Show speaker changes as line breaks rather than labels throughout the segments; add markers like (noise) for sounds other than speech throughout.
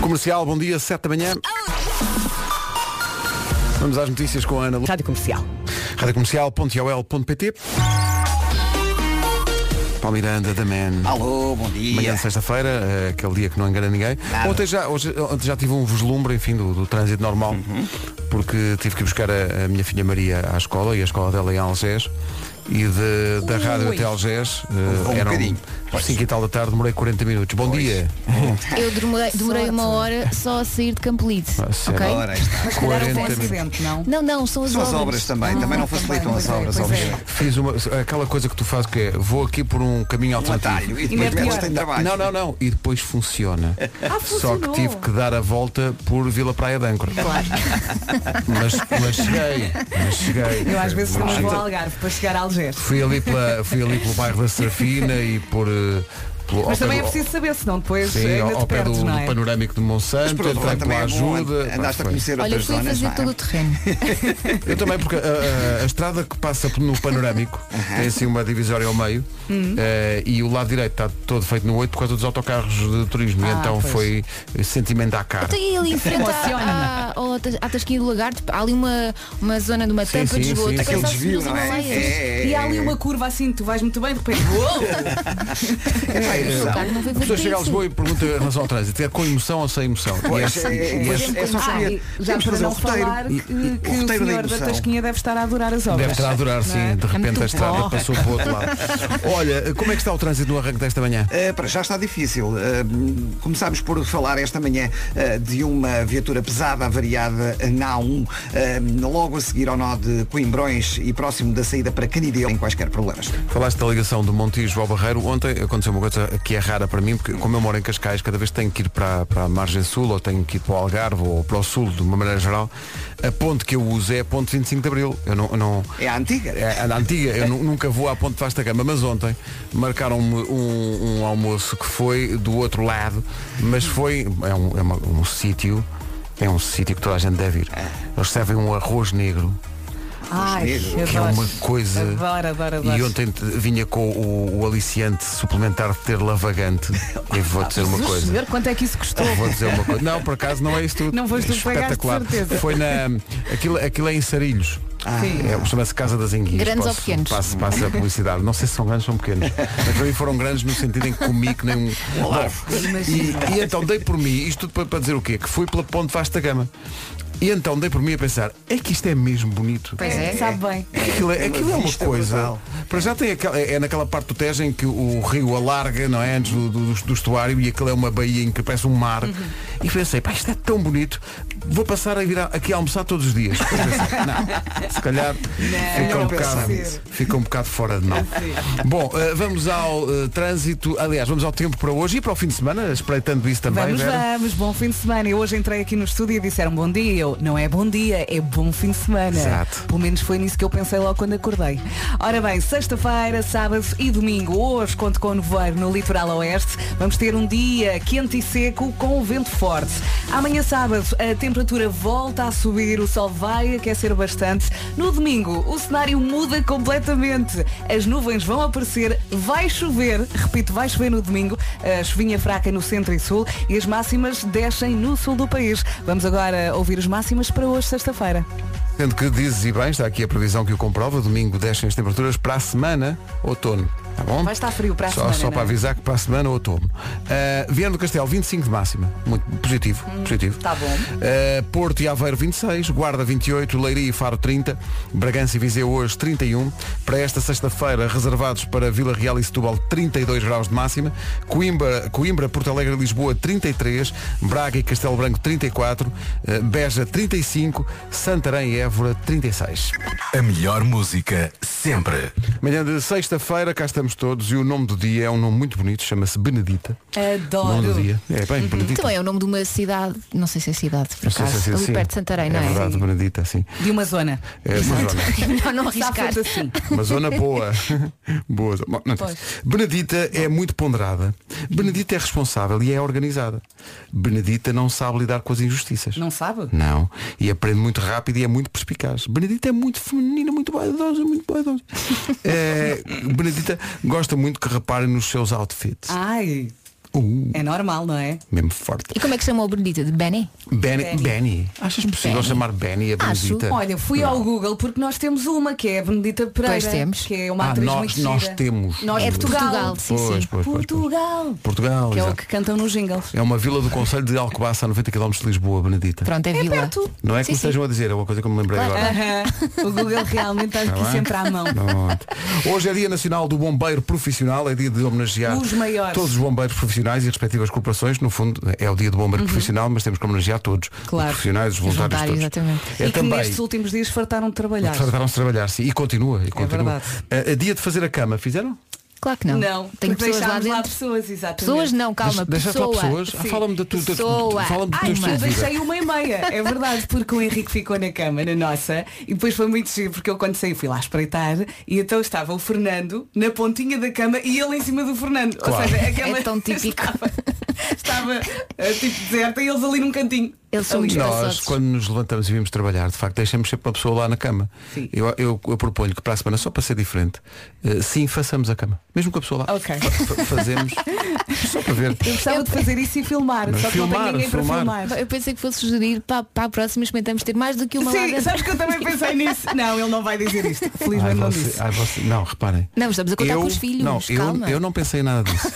Comercial, bom dia, 7 da manhã. Vamos às notícias com a Ana Lu.
Rádio Comercial.
Radiocomercial.ol.pt Paulo Miranda, da Man.
Alô, bom
Manhã
dia.
de sexta-feira, eh, aquele dia que não engana ninguém.
Nada.
Ontem já, hoje, ontem já tive um vislumbre, enfim, do, do trânsito normal,
Uhum.
porque tive que ir buscar a, a minha filha Maria à escola e a escola dela é em Algés. E de- da rádio até Algés
Levou um
eh, eram
bocadinho.
5 e tal da tarde, demorei 40 minutos.
(laughs)
Bom dia.
Eu demorei, demorei uma hora só a sair de Campolide.
Nossa,
ok?
Ora está.
Se calhar houve um
40
acidente, não?
Não, não, são as
São as
obras.
obras também, também não facilitam
também,
as obras,
pois é,
obviamente.
Fiz uma, aquela coisa que tu fazes que é vou aqui por um caminho
Um atalho
alternativo.
e depois
E é
metes
pior.
tem trabalho.
Não, não, não. E depois funciona.
Ah,
Só que
funcionou.
tive que dar a volta por Vila Praia de Âncora. Mas, mas cheguei. Mas cheguei.
Eu às vezes
Mas
também vou ao
cheguei.
Algarve para chegar a Algés.
fui ali, pela, fui ali pelo bairro da Serafina e por. eh, pelo- ao
Mas
pé
também é
do-
preciso saber, senão depois
Sim,
ainda
ao,
te
ao pé do,
perdes, não
do
é?
panorâmico de
Mas
Monsanto,
por outro lado
entrei
também
pela
é bom,
ajuda. Pá,
andaste a
foi.
conhecer
Olha,
outras
fui
zonas,
fazer
não é?
todo o terreno.
Eu também, porque uh, uh, a estrada que passa no panorâmico tem assim uma divisória ao meio uh, e o lado direito está todo feito no 8 por causa dos autocarros de turismo. e
Ah,
então
pois.
foi sentimento à cara. É,
Tem Então, ali em frente à,
Emociona-me.
à, ao Tas- à Tasquinha do Lagarto, há ali uma, uma zona de uma
Sim,
tampa de
sim,
esgoto.
sim, sim.
Aquele
Parece
desvio,
os
não é?
Himalaias.
É, é,
E há ali
é.
uma curva assim, tu vais muito bem, de repente. uou!
É,
O
emoção.
carro não foi
A pessoa
feito
chega a
para
Lisboa e pergunta em relação ao trânsito, é com emoção ou sem emoção? E
Pois,
essa-
é, é,
e
é,
essa-
é só saber.
Ah, e já
Temos que
para
fazer
não
um roteiro.
falar
E-
que,
e-
que
o
o
roteiro da
senhor da
emoção.
Tasquinha deve estar a adorar as obras.
Deve estar a adorar,
Não é?
sim. De repente
muito
a estrada
bom.
passou para o outro lado. (laughs) Olha, como é que está o trânsito no arranque desta manhã?
Uh, para já está difícil. Uh, começámos por falar esta manhã uh, de uma viatura pesada avariada na A1, uh, logo a seguir ao nó de Coimbrões e próximo da saída para Canideu, em quaisquer problemas.
Falaste da ligação do Montijo ao Barreiro. Ontem aconteceu uma coisa que é rara para mim, porque como eu moro em Cascais, cada vez que tenho que ir para, para a margem sul, ou tenho que ir para o Algarve, ou para o sul, de uma maneira geral, a ponte que eu uso é a ponte 25 de Abril. Eu não... eu não
É a antiga.
é a antiga, eu nu- nunca vou à ponte de vasta gama, mas ontem marcaram-me um, um almoço que foi do outro lado, mas foi, é um, é uma- um sítio, é um sítio que toda a gente deve ir.
É.
Eles servem um arroz negro
Ai,
Que
que é
adoro.
uma coisa.
Adoro, adoro, adoro.
E ontem te- vinha com o, o aliciante suplementar de ter
(laughs)
lavagante. E vou dizer uma
Jesus
coisa.
senhor, quanto é que isso custou?
Vou dizer uma coisa. Não, por acaso não é isso tudo.
Não foste tu que pagaste,
Espetacular.
de certeza. Ah.
Foi na. Aquilo, aquilo é em Sarilhos.
Sim.
É, chama-se Casa das Enguias.
Grandes ou
Posso-
pequenos?
Passo, passo a publicidade. Não sei se são grandes ou pequenos. Mas para mim foram grandes no sentido em que comi que nem um. Bom, e, e então dei por mim, isto tudo para, para dizer o quê? Que fui pela ponte vasta gama. E então dei por mim a pensar, é que isto é mesmo bonito.
Pois é, sabe bem.
Aquilo é, aquilo é uma
vista
coisa.
brutal.
Para já tem aquela, é naquela parte do Tejo em que o rio alarga, não é? Antes do, do, do estuário e aquilo é uma baía em que parece um mar.
Uhum.
E pensei, pá, isto é tão bonito, vou passar a vir a- aqui a almoçar todos os dias. Depois pensei, não, se calhar fica,
não é
um bocado,
pode ser.
fica um bocado fora de
é
mão. Bom, eh, vamos ao eh, trânsito, aliás, vamos ao tempo para hoje e para o fim de semana, espreitando isso também,
Vamos,
Vera.
vamos, bom fim de semana. Eu hoje entrei aqui no estúdio e disseram bom dia. E Eu, não é bom dia, é bom fim de semana.
Exato.
Pelo menos foi nisso que eu pensei logo quando acordei. Ora bem, sexta-feira, sábado e domingo. Hoje conto com o nevoeiro no litoral oeste. Vamos ter um dia quente e seco com o vento forte. Amanhã, sábado, a temperatura volta a subir, o sol vai aquecer bastante. No domingo, o cenário muda completamente. As nuvens vão aparecer, vai chover, repito, vai chover no domingo, a chuvinha fraca no centro e sul e as máximas descem no sul do país. Vamos agora ouvir as máximas para hoje, sexta-feira.
Sendo que dizes e bem, está aqui a previsão que o comprova, domingo descem as temperaturas para a semana, outono. Tá bom?
Vai estar frio para a
só,
semana,
Só
não
para
é?
avisar que para a semana outono. Uh, Viana do Castelo, 25 de máxima. Muito positivo. positivo.
tá bom.
Uh, Porto e Aveiro, 26. Guarda, 28. Leiria e Faro, 30. Bragança e Viseu, hoje, 31. Para esta sexta-feira, reservados para Vila Real e Setúbal, 32 graus de máxima. Coimbra, Coimbra Porto Alegre e Lisboa, 33. Braga e Castelo Branco, 34. Uh, Beja, 35. Santarém e Évora, 36.
A melhor música sempre.
Manhã de sexta-feira, cá estamos todos e o nome do dia é um nome muito bonito, chama-se Benedita. Nome do
Adoro.
dia. É bem, Benedita.
Também é o nome de uma cidade, não sei se é cidade, por
Não sei
acaso.
se é
Ali
assim.
perto de Santarém, não
É
é?
verdade, Benedita, sim.
De uma zona.
É uma zona,
É melhor (laughs) não arriscar.
Está assim.
uma zona
(laughs)
boa. boa. zona. Bom, não interessa. Benedita é muito ponderada. Benedita é responsável e é organizada. Benedita não sabe lidar com as injustiças.
Não sabe?
Não. E aprende muito rápido e é muito perspicaz. Benedita é muito feminina, muito vaidosa, muito
(laughs)
Eh, vaidosa. É, Benedita gosta muito que reparem nos seus outfits.
Ai.
Uh,
É normal, não é?
mesmo forte.
E como é que chamou a Benedita? De Benny?
Benny.
Benny.
Benny. Achas possível
Benny.
chamar Benny a
Acho.
Benedita?
Olha, fui ao Google porque nós temos uma, que é a Benedita Pereira.
Pois temos.
Que é uma
Ah,
atriz
nós-
muito
nós
gira.
temos.
Nós
É de
Portugal.
Portugal, sim,
Pois,
sim.
pois, pois, pois.
Portugal.
Portugal,
Que é o
exato.
que cantam nos jingles.
É uma vila do Conselho de Alcobaça, a 90 km de Lisboa, Benedita.
Pronto, é,
É
vila.
perto.
Não é que
Sim,
me
sim.
estejam a dizer, é uma coisa que eu me lembrei
Claro.
agora.
Aham. O Google realmente está
Está
aqui
bem?
sempre à mão.
Pronto. Hoje é Dia Nacional do Bombeiro Profissional, é dia de homenagear
Os maiores.
todos os bombeiros profissionais e as respectivas corporações. No fundo, é o dia do bombeiro profissional, mas temos que homenagear todos.
Uhum. Claro.
Os profissionais, os
Os
voluntários,
voluntários,
todos.
exatamente.
É
e que
também.
nestes últimos dias fartaram de trabalhar.
Trataram-se de trabalhar, sim. E continua. E continua.
É verdade.
a, dia de fazer a cama, fizeram?
Claro que não.
Não,
Tem
porque
pessoas lá
deixámos
dentro.
pessoas, exatamente.
Pessoas não, calma.
Deixa- deixaste lá
pessoa.
pessoas? Ah,
Sim.
fala-me da tua- da-
pessoa.
fala-me da tua
Ai,
história
Eu
de vida.
deixei uma e meia, é verdade, porque o Henrique ficou na cama, na nossa, e depois foi muito giro, porque eu quando saí fui lá espreitar, e então estava o Fernando na pontinha da cama e ele em cima do Fernando. Ou
Claro.
seja, a cama
É
(laughs)
tão típico.
Estava, estava, eh, tipo deserta e eles ali num cantinho.
Eles são
Ali.
muito
Nós,
Sortes.
quando nos levantamos e vimos trabalhar, de facto, deixamos sempre uma pessoa lá na cama.
Sim.
Eu, eu- eu proponho que para a semana, só para ser diferente, eh, sim, façamos a cama. Mesmo com a pessoa lá.
Ok.
Fa-
(laughs)
fa-
(laughs)
Fazemos. só para ver.
Eu gostava de fazer isso e filmar,
Mas
só que não
filmar,
tem ninguém
filmar.
para filmar.
Eu pensei que fosse sugerir para, para a próxima experimentamos ter mais do que uma lá
Sim,
dentro.
sabes que eu também pensei nisso. Não, ele não vai dizer isto.
Ai,
Felizmente não
você-
disse.
ai, você- não, reparem.
Não, estamos a contar com os filhos,
Não, eu,
calma.
eu não pensei em nada
(laughs)
disso.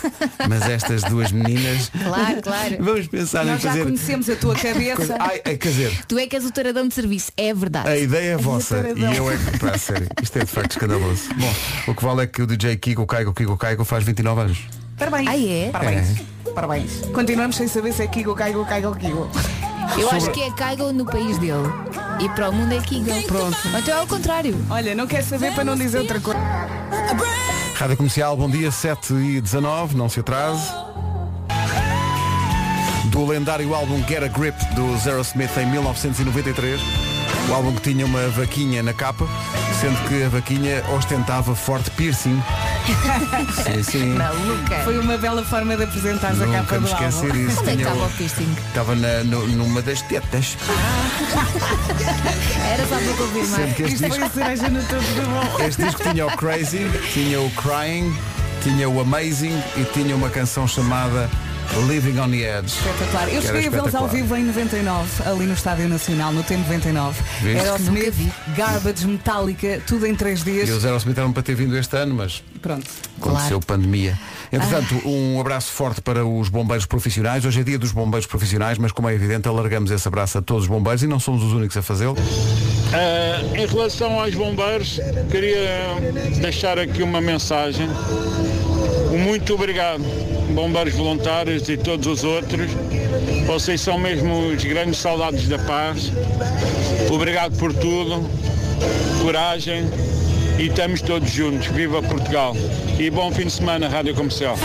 Mas estas duas meninas.
Claro, claro.
Vamos pensar em
Nós já
fazer.
conhecemos
(laughs)
a tua cabeça.
coisa- Ai, é, quer dizer,
Tu é que és o taradão de serviço, é verdade.
a ideia é vossa e
taradão.
eu é que. Pá, sério, isto é de facto escandaloso. Bom, o que vale é que o DJ Kiko Caigo, Kiko Caigo faz 29 anos.
Parabéns.
Ah, é?
Parabéns. Parabéns. Continuamos sem saber se é Kigo, Caigo, Caigo, Kigo.
Eu acho que é Kaigo no país dele. E para o mundo é Kigo. Pronto. Então é ao contrário.
Olha, não quer saber para não dizer outra coisa.
Rádio Comercial, bom dia, 7 e 19, não se atrase. Do lendário álbum Get a Grip do Zero Smith em 1993. O álbum que tinha uma vaquinha na capa, sendo que a vaquinha ostentava forte piercing. sim, sim.
Maluca.
Foi uma bela forma de apresentares a
Nunca
capa
me
do
esquecer
álbum.
isso.
Onde é que
Tinha
estava
o-
o pisting?
Estava na- no- numa das tetas.
Era só para
Sendo
confirmar.
que este
Isto foi
disco,
a cereja no topo do bolo.
este disco tinha o Crazy, tinha o Crying, tinha o Amazing e tinha uma canção chamada Living on the Edge.
Espetacular. Eu
Que era
cheguei a vê-los ao
espetacular.
vivo em 99, ali no Estádio Nacional, no T99.
Viste?
Era o
Nunca
Smith,
vi.
Garbage, Metallica, tudo em três dias.
E os Aerosmith eram um para ter vindo este ano, mas
Pronto.
aconteceu pandemia. Entretanto, um abraço forte para os bombeiros profissionais. Hoje é dia dos bombeiros profissionais, mas como é evidente, alargamos esse abraço a todos os bombeiros e não somos os únicos a fazê-lo.
Ah, em relação aos bombeiros, queria deixar aqui uma mensagem. Um Muito obrigado, bombeiros voluntários e todos os outros. Vocês são mesmo os grandes soldados da paz. Obrigado por tudo, coragem e estamos todos juntos. Viva Portugal! E bom fim de semana, Rádio Comercial.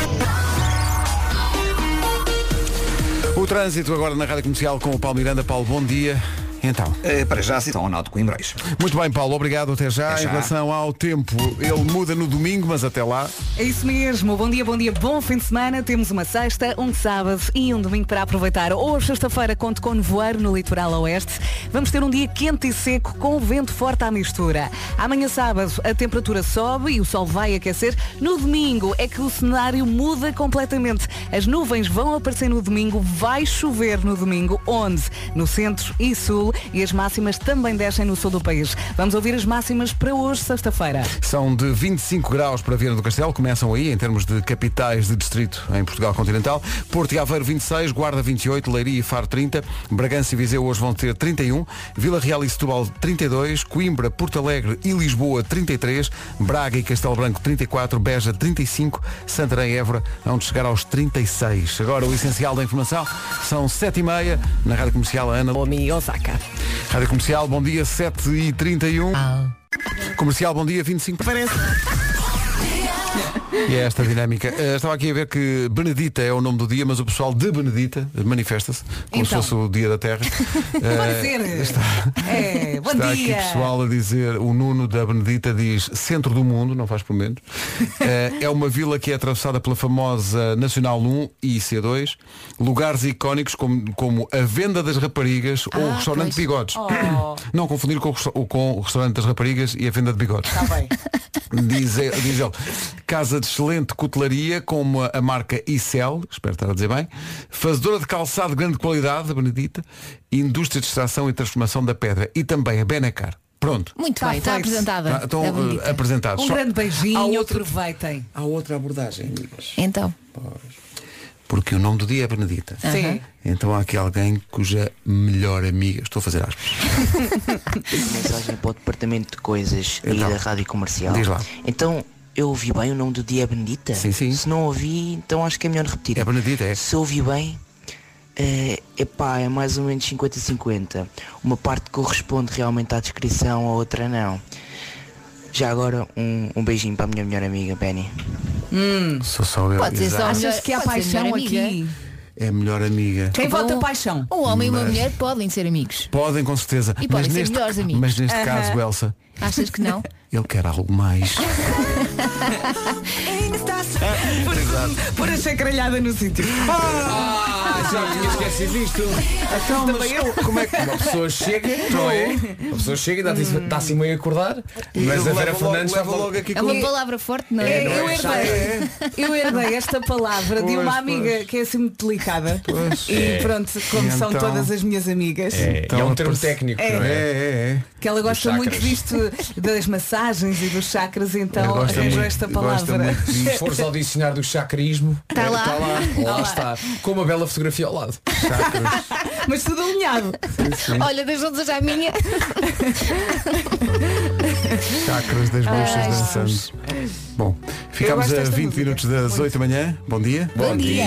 O trânsito agora na Rádio Comercial com o Paulo Miranda. Paulo, bom dia. Então,
Eh, para já, Cidadão Honório de Coimbrões.
muito bem, Paulo, obrigado até já.
Até
Em
já.
relação ao tempo, ele muda no domingo, mas até lá.
É isso mesmo. Bom dia, bom dia, bom fim de semana. Temos uma sexta, um sábado e um domingo para aproveitar. Hoje, sexta-feira, conto com nevoeiro no litoral oeste. Vamos ter um dia quente e seco com vento forte à mistura. Amanhã, sábado, a temperatura sobe e o sol vai aquecer. No domingo é que o cenário muda completamente. As nuvens vão aparecer no domingo, vai chover no domingo, onde? No centro e sul e as máximas também descem no sul do país. Vamos ouvir as máximas para hoje, sexta-feira.
São de 25 graus para Viana do Castelo, começam aí em termos de capitais de distrito em Portugal continental. Porto e Aveiro 26, Guarda 28, Leiria e Faro 30, Bragança e Viseu hoje vão ter 31, Vila Real e Setúbal 32, Coimbra, Porto Alegre e Lisboa 33, Braga e Castelo Branco 34, Beja 35, Santarém e Évora onde chegar aos 36. Agora o essencial da informação são 7h30 na Rádio Comercial a Ana
Omi Osaka.
Rádio Comercial, bom dia, 7h31. Comercial, bom dia, 25. Parece. E é esta a dinâmica. Eh, estava aqui a ver que Benedita é o nome do dia, mas o pessoal de Benedita manifesta-se, como
Então.
se fosse o dia da
(laughs)
Terra.
Vai
Eh,
dizer.
está-
É, bom
Está aqui
dia.
pessoal a dizer, o Nuno da Benedita diz centro do mundo, não faz por menos. Eh, é uma vila que é atravessada pela famosa Nacional 1 e IC2. Lugares icónicos como, como a venda das raparigas ou o
Ah,
restaurante
pois.
Bigodes.
Oh.
(coughs) Não confundir com o,
Tá
(laughs) resta- com o restaurante das raparigas e a venda de bigodes.
Está bem.
Diz, ele- diz ele, casa excelente cutelaria como a- a marca Icel, espero estar a dizer bem, fazedora de calçado de grande qualidade, a Benedita, e indústria de extração e transformação da pedra e também a Benacar. Pronto.
Muito
Tá
bem, está
feito.
apresentada.
Tá, Estão
Está
eh,
bonita.
apresentados.
Um
Só-
grande
Há
beijinho,
outra,
aproveitem.
há outra abordagem, amigos.
Então,
Porque o nome do dia é Benedita.
Sim.
Então há aqui alguém cuja melhor amiga. Estou a fazer aspas.
Mensagem para o departamento de coisas
Então,
e da rádio comercial.
diz lá.
Então, eu ouvi bem o nome do dia é Benedita?
Sim, sim.
Se não ouvi, então acho que é melhor repetir.
É Benedita, é.
Se ouvi bem, é epá, é mais ou menos 50-50. Uma parte corresponde realmente à descrição, a outra não. Já agora, um, um beijinho para a minha melhor amiga, Benny.
Sou só eu.
Hum. Pode ser só-
Exato.
Achas que há
Pode ser
paixão
melhor amiga.
aqui?
É a melhor amiga.
Quem
bom.
vota paixão?
um homem e uma mulher podem ser amigos.
Podem, com certeza.
E podem ser
neste,
melhores amigos.
Mas neste caso, Elsa,
Achas que
(laughs)
não?
ele quer algo mais. É,
Por, por a chacralhada no sítio.
Ah, já tinha esquecido isto.
Ah! Então, mas como é que
Uma pessoa chega, não é? Uma pessoa chega e dá-se dá assim meio a acordar. Mas a Vera Fernandes
leva
fala-
logo aqui
É
com...
uma palavra forte, não
É,
é?
eu, herdei, eu herdei esta palavra de
Pois,
uma amiga
pois.
que é assim muito delicada.
Pois.
E pronto, como
E
são
então?
todas as minhas amigas.
É,
Então,
é um termo
aparece-
técnico,
É.
não
É,
é?
é, é.
Que ela gosta
Dos
muito
chakras.
disto das massagens e dos chakras, então
Gosta
arranjou
muito,
esta
gosta
(laughs)
palavra. Tá
muito disso.
Se fores ao dicionário do chacrismo,
Está lá.
está lá, lá está. Com uma bela fotografia ao lado.
Mas tudo alinhado.
Olha, deixou-nos já a
(laughs)
minha.
é. Chakras
Ah,
das bruxas dançantes. Bom, ficámos
gosto
a
desta
20
música.
minutos das 8 da manhã. Bom dia.
Bom dia.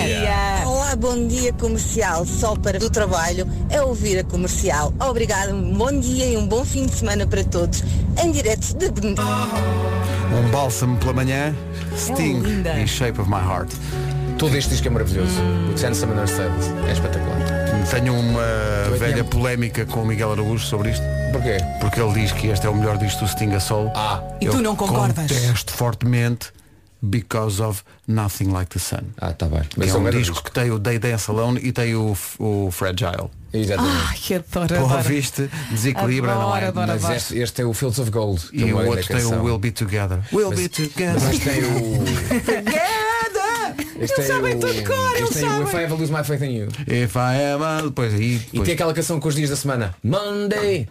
Olá, bom dia comercial. Só para do trabalho é ouvir a comercial. Obrigada, um bom dia e um bom fim de semana para todos. Em direto de Benedito.
Um bálsamo pela manhã. Sting
É linda.
e Shape of My Heart.
Todo este disco é maravilhoso. O Jan Summoner Sales é espetacular.
Tenho uma
Tu é que
velha
am-
polémica com o Miguel Araújo sobre isto.
Porquê?
Porque ele diz que este é o melhor disco do Sting a Soul.
Ah.
E tu não concordas?
Contesto fortemente because of Nothing Like the Sun.
Ah, está bem.
Que
Mas
é um
grande
disco que tem o Day Dance Alone e tem o, f- o Fragile.
Exatamente.
Ai, que adoro,
Porra,
adoro.
viste? Desequilibra, não é?
Adoro, adoro,
Mas
adoro.
este, este é o Fields of Gold. que é
E
uma
o
grande
outro tem o
canção.
We'll Be Together. We'll
Mas-
Be Together.
Mas tem o. Este
Eles
é
sabem
o-
tudo de cor,
este
eles
tem o
sabem.
If I Ever Lose My Faith in You.
If I am a... Depois aí.
E
Depois.
tem aquela canção com os dias da semana. Monday,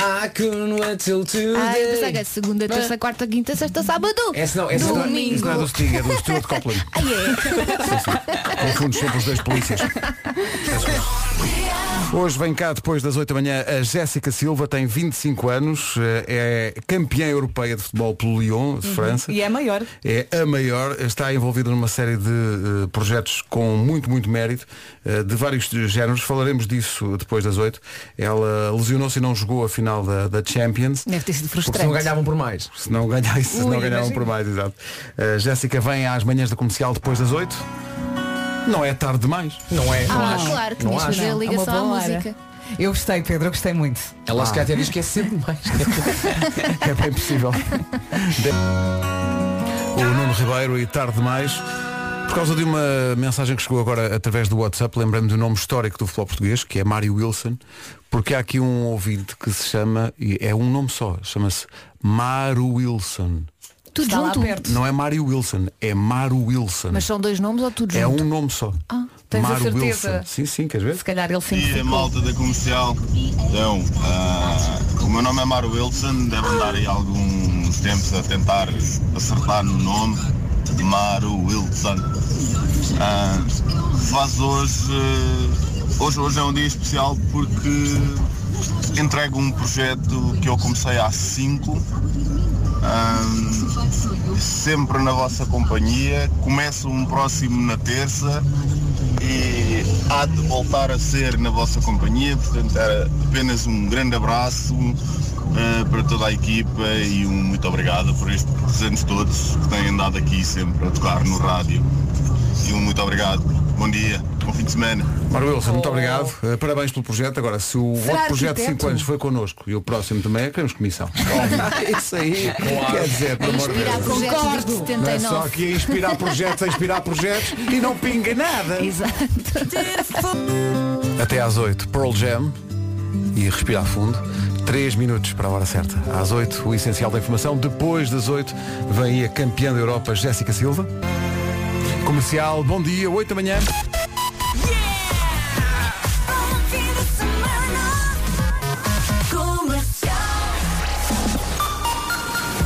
I couldn't wait till
Ai, pensava
today.
que era segunda,
Não é?
terça, quarta, quinta, sexta, sábado.
Essa não, essa não.
Domingo.
Isso não é do Sting, é do Stuart Copeland.
Ai, é.
(laughs)
Confundo sempre os dois polícias. Hoje vem cá depois das 8 da manhã a Jéssica Silva, tem 25 anos, eh, é campeã europeia de futebol pelo Lyon, de França.
E é maior.
É a maior, está envolvida numa série de eh, projetos com muito, muito mérito, eh, de vários géneros. Falaremos disso depois das 8. Ela lesionou-se e não jogou a final da, da Champions.
Deve ter sido
Porque não
frustrante.
ganhavam por mais.
Se não ganhavam, se não
Ui,
ganhavam
imagina.
por mais, exato. A Jéssica vem às manhãs da comercial depois das 8. Não é tarde demais.
Não é? não
Ah,
acho.
claro, que
não
tinhas de fazer a
acho.
É uma
ligação à
boa hora.
música.
Eu gostei, Pedro, eu gostei muito.
Ela se calhar até diz que é sempre mais.
É bem
(laughs)
possível. De- O Nuno Ribeiro e tarde demais. Por causa de uma mensagem que chegou agora através do WhatsApp, lembrei-me do nome histórico do futebol português, que é Mário Wilson, porque há aqui um ouvinte que se chama, e é um nome só, chama-se Maru Wilson.
Tudo
Está lá
junto.
perto.
Não é Mário Wilson, é Maru Wilson.
Mas são dois nomes ou tudo
É
junto?
um nome só.
Ah,
tens a
Maru
certeza?
Wilson. Sim, sim, queres ver?
Se calhar ele
Bom dia,
(laughs)
sempre.
malta da comercial. Então, ah, o meu nome é Mário Wilson, deve andar aí algum tempo a tentar acertar no nome. Mário Wilson. Ah, faz hoje, eh, hoje. Hoje é um dia especial porque entrego um projeto que eu comecei há 5 sempre na vossa companhia. Começo um próximo na terça e há de voltar a ser na vossa companhia. Portanto, era apenas um grande abraço eh, para toda a equipa e um muito obrigado por estes anos todos que têm andado aqui sempre a tocar no rádio. E um muito obrigado. Bom dia, bom fim de semana.
Mário Wilson, muito obrigado. Eh, Parabéns pelo projeto. Agora, se o outro projeto de 5
arquiteto?
anos foi connosco e o próximo também é, queremos
(laughs)
comissão. Ah, Isso aí, quer dizer, pelo amor de
Inspirar
Deus.
projetos desde
Não é só
79.
que inspirar projetos, a inspirar projetos e não pinga nada.
Exato.
Até às 8, Pearl Jam e respirar fundo. 3 minutos para a hora certa. Às 8, o essencial da informação. Depois das 8, vem aí a campeã da Europa, Jéssica Silva. Comercial, bom dia, 8 da manhã.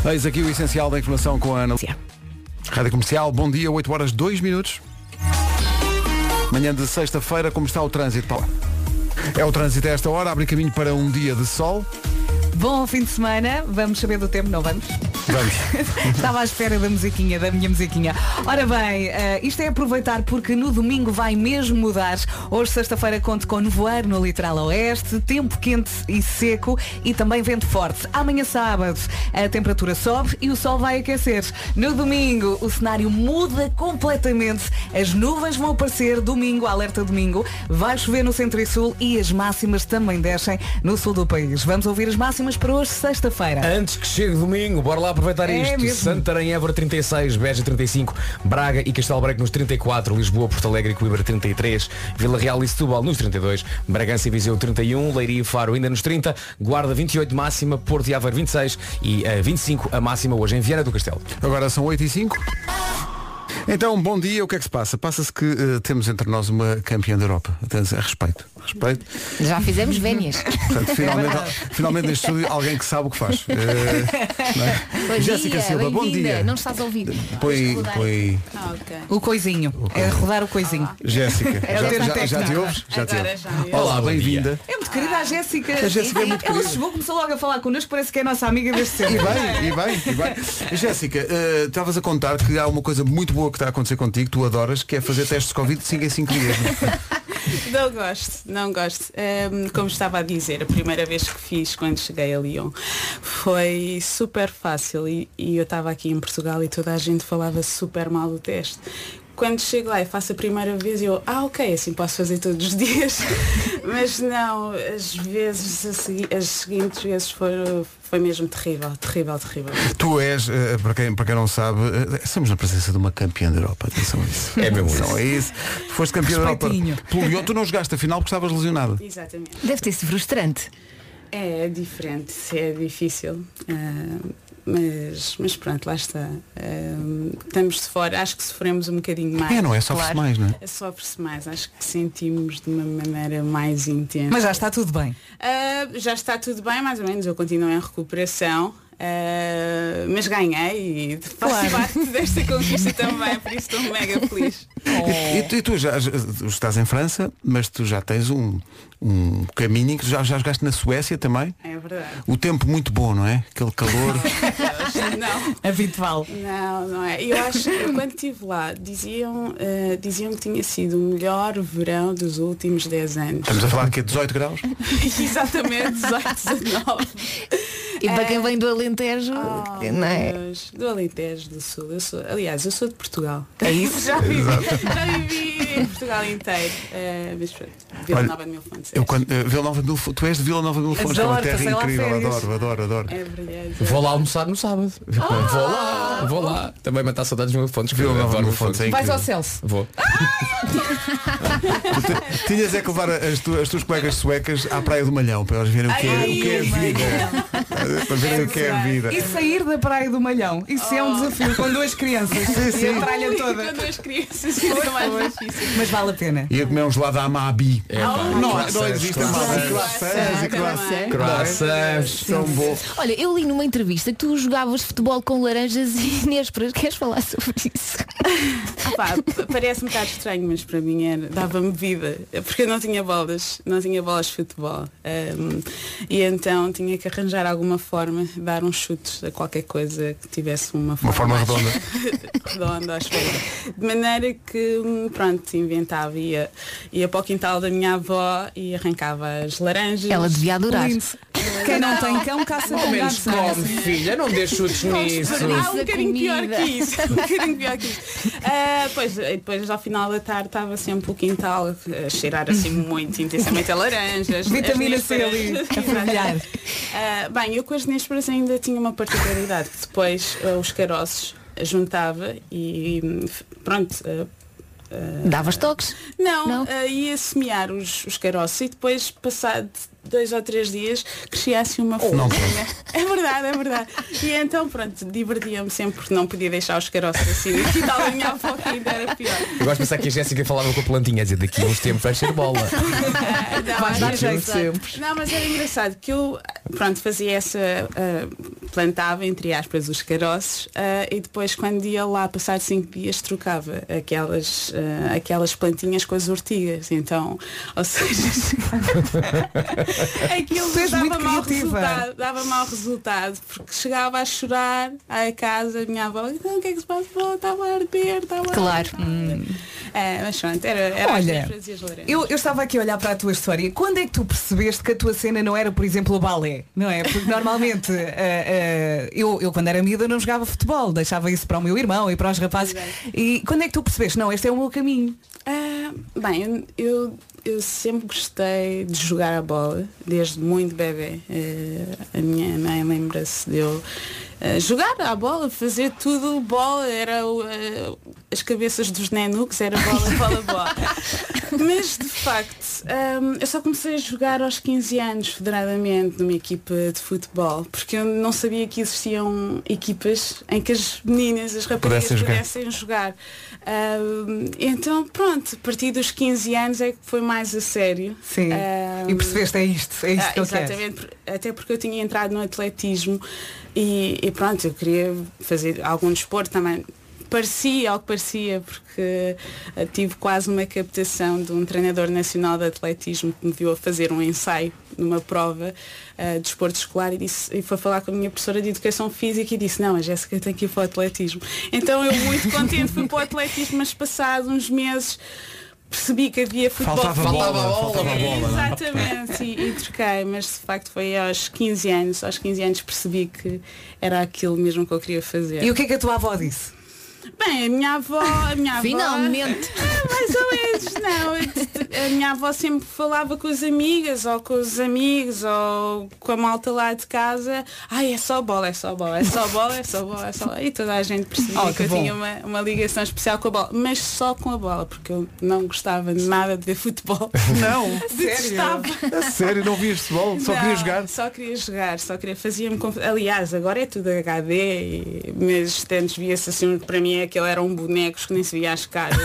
Eis aqui o essencial da informação com a Ana. Rádio Comercial, bom dia, 8 horas 2 minutos. Manhã de sexta-feira, como está o trânsito, Paulo? É o trânsito a esta hora, abre caminho para um dia de sol.
(laughs) Bom fim de semana, vamos saber do tempo, não vamos?
Vamos.
Estava à espera da musiquinha, da minha musiquinha. Ora bem, eh, isto é aproveitar porque no domingo vai mesmo mudar. Hoje, sexta-feira, conto com nevoeiro no litoral oeste, tempo quente e seco e também vento forte. Amanhã, sábado, a temperatura sobe e o sol vai aquecer. No domingo, o cenário muda completamente. As nuvens vão aparecer domingo, alerta domingo. Vai chover no centro e sul e as máximas também descem no sul do país. Vamos ouvir as máximas para hoje, sexta-feira.
Antes que chegue domingo, bora lá aproveitar
É
isto.
mesmo.
Santarém, Évora 36, Beja 35, Braga e Castelo Branco nos 34, Lisboa, Porto Alegre e Coimbra 33, Vila Real e Setúbal nos 32, Bragança e Viseu 31, Leiria e Faro ainda nos 30, Guarda 28 máxima, Porto e Aveiro 26 e a 25 a máxima hoje em Viana do Castelo.
Agora são 8 e 5. Então, bom dia, o que é que se passa? Passa-se que eh, temos entre nós uma campeã da Europa. Atenção, respeito, respeito.
Já fizemos vénias.
Portanto,
(laughs)
finalmente,
É verdade.
finalmente neste estúdio alguém que sabe o que faz. Eh, não é?
(laughs) Bom
Jéssica
dia,
Silva, bom
bem-vinda.
dia.
Não estás a ouvir.
Põe, põe
O coisinho. É rodar o coisinho.
Jéssica.
É o
Já,
termo
já, já te
técnico.
ouves? Já te
Agora
ouves.
já ouvi.
Olá,
Bom
bem-vinda.
É muito querida a Jéssica.
A Jéssica é muito
Ela
querida.
chegou, começou logo a falar connosco, parece que é a nossa amiga desde
E
sempre.
bem, e bem, e bem. Jéssica, eh, estavas a contar que há uma coisa muito boa que está a acontecer contigo, tu adoras, que é fazer testes de Covid de 5 em 5 dias. não é?
Não gosto, não gosto. Ehm, como estava a dizer, a primeira vez que fiz quando cheguei a Lyon foi super fácil e, e eu estava aqui em Portugal e toda a gente falava super mal do teste. Quando chego lá e faço a primeira vez eu, ah ok, assim posso fazer todos os (laughs) dias. Mas não, as vezes a segui- as seguintes vezes foram, foi mesmo terrível, terrível, terrível.
(laughs) Tu és, eh, para quem, para quem não sabe, eh, estamos na presença de uma campeã da Europa. Atenção a isso.
É mesmo
Atenção a isso. Tu Foste campeã da Europa.
Respeitinho.
Pelo Lyon, tu não jogaste afinal porque estavas lesionada.
Exatamente.
Deve ter sido frustrante.
É diferente, é difícil. ah, mas, mas pronto, lá está. Ah, estamos de fora, acho que sofremos um bocadinho mais.
É, não é? Sofre-se mais, não
é? Sofre-se mais, acho que sentimos de uma maneira mais intensa.
Mas já está tudo bem.
Ah, já está tudo bem, mais ou menos, eu continuo em recuperação. ah, mas ganhei e faço
Claro.
parte desta conquista também, por isso estou mega
(laughs)
feliz.
E, e tu- e tu já já- tu estás em França, mas tu já tens um, um caminho em que já, já jogaste na Suécia também.
É verdade.
O tempo muito bom, não é? Aquele calor.
(laughs) Não.
Habitual.
Não, não é. Eu acho
(laughs)
que eu, quando estive lá, diziam, eh, diziam que tinha sido o melhor verão dos últimos 10
(laughs)
anos.
Estamos a falar que é 18 graus.
(laughs) Exatamente, 18, 19.
E para quem vem do Alentejo,
Oh.
não é?
É, Deus, do Alentejo do Sul. Eu sou, aliás, eu sou de Portugal.
É isso?
(laughs) já, vivi,
Exato.
já vivi em Portugal inteiro. eh, mas pronto, Vila
Olha,
Nova de Mil Fontes.
Eu quando, eh, Vila Nova de Milfo- tu és de Vila Nova de Milfons, que é uma
Adoro,
terra
passei lá
incrível,
férias.
adoro, adoro, adoro.
É brilhante.
Vou lá almoçar no
Ah!
sábado. Vou lá, vou lá. Também matar saudades de meu fontes. Viu, adoro meu fontes.
Vais ao
Celso.
(laughs)
Vou.
Tinhas é que levar as, tu- as tuas colegas suecas à Praia do Malhão para elas verem o que é, o que é vida. (laughs) Para verem o que é a vida.
E sair da praia do Malhão. Isso é
Oh.
um desafio com duas crianças.
Sim, sim.
E a tralha toda.
Com duas crianças, fica mais é difícil.
Mas vale a pena.
E a comer um gelado à Mabi.
É,
não,
pá,
não,
croissants,
existe a
croissants.
Mabi. Croissants e croissants. Croissants. São bons.
Olha, eu li numa entrevista que tu jogavas futebol com laranjas e (laughs) nésperas. Queres falar sobre isso?
Ah pá, p- parece um bocado estranho, mas para mim era, dava-me vida, porque eu não tinha bolas, não tinha bolas de futebol. Ahm, e então tinha que arranjar alguma forma, dar uns chutes a qualquer coisa que tivesse uma forma.
forma
mais-
redonda.
(laughs) redonda, à esfera. De maneira que, hum, pronto, inventava, ia, ia para o quintal da minha avó e arrancava as laranjas.
Ela devia adorar.
Lindo.
Quem não tem cão, caça
Ao
com
menos
gato, não é?
come, filha, não dê chutes nisso.
Ah, um bocadinho pior que isso. Um bocadinho pior que isso. Ah, pois, e depois ao final da tarde estava sempre o quintal a cheirar assim muito intensamente a
(laughs)
laranjas.
Vitamina C ali, a
(laughs)
fervilhar.
Ah, bem, eu com as nésperas ainda tinha uma particularidade, que depois ah, os caroços juntava e hum, f- pronto. ah, eh,
Davas toques?
Não, eh, ia semear os, os caroços e depois, passado dois ou três dias, crescia assim uma
Oh.
Não
folhinha. (laughs) É verdade, é verdade. E então, pronto, divertia-me sempre porque não podia deixar os caroços assim (laughs) no quintal da minha avó, que ainda era pior.
Eu gosto de pensar que a Jéssica falava com a plantinha a dizer daqui a uns tempos vai ser bola.
Não,
Faz dar
mas- é
jeito sempre.
Não, mas era engraçado que eu pronto, fazia essa, ah, plantava, entre aspas, os caroços ah, e depois quando ia lá passar cinco dias trocava aquelas, ah, aquelas plantinhas com as ortigas. Então, ou seja, aquilo
Tu
(laughs)
és
dava
muito
mau
criativa.
resultado, dava mau resultado, porque chegava a chorar à casa, a minha avó, então o que é que se passa? Oh, Estava a arder, estava a
Claro.
É, mas pronto, era, era as
Hum. Olha,
minhas frases laranjas.
eu, eu estava aqui a olhar para a tua história. Quando é que tu percebeste que a tua cena não era, por exemplo, o balé? Não é? Porque normalmente (laughs) ah, ah, eu, eu, quando era miúda, não jogava futebol. Deixava isso para o meu irmão e para os rapazes. E quando é que tu percebeste? Não, este é o meu caminho.
Ah, bem, eu, eu- eu sempre gostei de jogar a bola, desde muito bebê. Eh, a minha mãe lembra-se de eu eh, jogar a bola, fazer tudo bola, era o, eh, as cabeças dos nenucos, era bola, (laughs) bola, bola. Mas de facto, ahm, eu só comecei a jogar aos 15 anos federadamente numa equipa de futebol, porque eu não sabia que existiam equipas em que as meninas, as raparigas
Pudessem jogar.
pudessem sem jogar. Ahm, então, pronto, a partir dos 15 anos é que foi mais a sério.
Sim.
Ahm,
E percebeste, é isto, é isto
ah,
que eu quero.
Exatamente, por- até porque eu tinha entrado no atletismo e, e pronto, eu queria fazer algum desporto também. Parecia ao que parecia, porque ah, tive quase uma captação de um treinador nacional de atletismo que me viu a fazer um ensaio numa prova ah, de desporto escolar e, disse, e foi falar com a minha professora de educação física e disse, não, a Jéssica tem que ir para o atletismo. Então eu muito contente fui para o atletismo, mas passado uns meses percebi que havia futebol.
Faltava bola, faltava bola, não é?
Exatamente, e, e troquei, mas de facto foi aos 15 anos, aos 15 anos percebi que era aquilo mesmo que eu queria fazer.
E o que é que a tua avó disse?
Bem, a minha avó, a minha avó.
Finalmente.
Ah, Mais ou menos, não. Eu- A minha avó sempre falava com as amigas, ou com os amigos, ou com a malta lá de casa, ai é só bola, é só bola, é só bola, é só bola, é só bola. E toda a gente percebia
Oh,
que,
que
eu
bom.
tinha uma, uma ligação especial com a bola, mas só com a bola, porque eu não gostava nada de ver futebol.
Não.
(laughs) Detestava.
A sério, não vias futebol? Só
Não,
queria jogar?
Só queria jogar, só queria. Fazia-me conf... Aliás, agora é tudo HD, e... mas antes via-se assim, para mim aquilo eram bonecos que nem se via
(laughs)
as caras.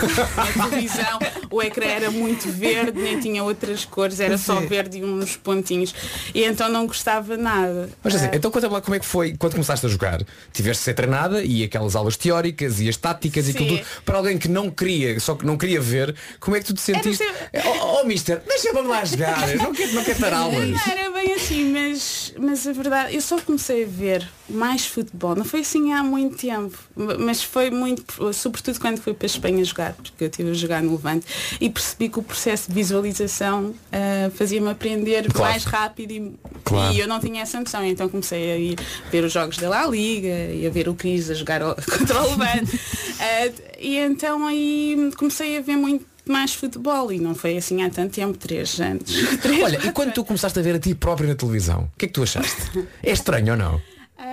Na televisão, o ecrã era muito verde, nem tinha outras cores, era só
Sim.
verde e uns pontinhos. E então não gostava nada.
Mas assim, então conta-me lá como é que foi quando começaste a jogar. Tiveste de ser treinada e aquelas aulas teóricas e as táticas e
Sim.
tudo. Para alguém que não queria, só que não queria ver, como é que tu te sentiste? Oh, oh mister, deixa-me lá jogar. Eu não quero, não quero dar aulas.
Não era bem assim, mas, mas a verdade, eu só comecei a ver mais futebol. Não foi assim há muito tempo, mas foi muito, sobretudo quando fui para a Espanha jogar, porque eu estive a jogar no Levante e percebi que o processo de visualização ah, fazia-me aprender
Claro.
mais rápido e,
Claro.
e eu não tinha essa noção. Então comecei a ir ver os jogos da La Liga e a ver o Cris a jogar ao- (laughs) contra o Levante.
(laughs)
Ah, e então aí comecei a ver muito mais futebol e não foi assim há tanto tempo, três anos. Três
Olha, e quando tu começaste a ver a ti próprio na televisão, o que é que tu achaste? É estranho ou não?
Ah,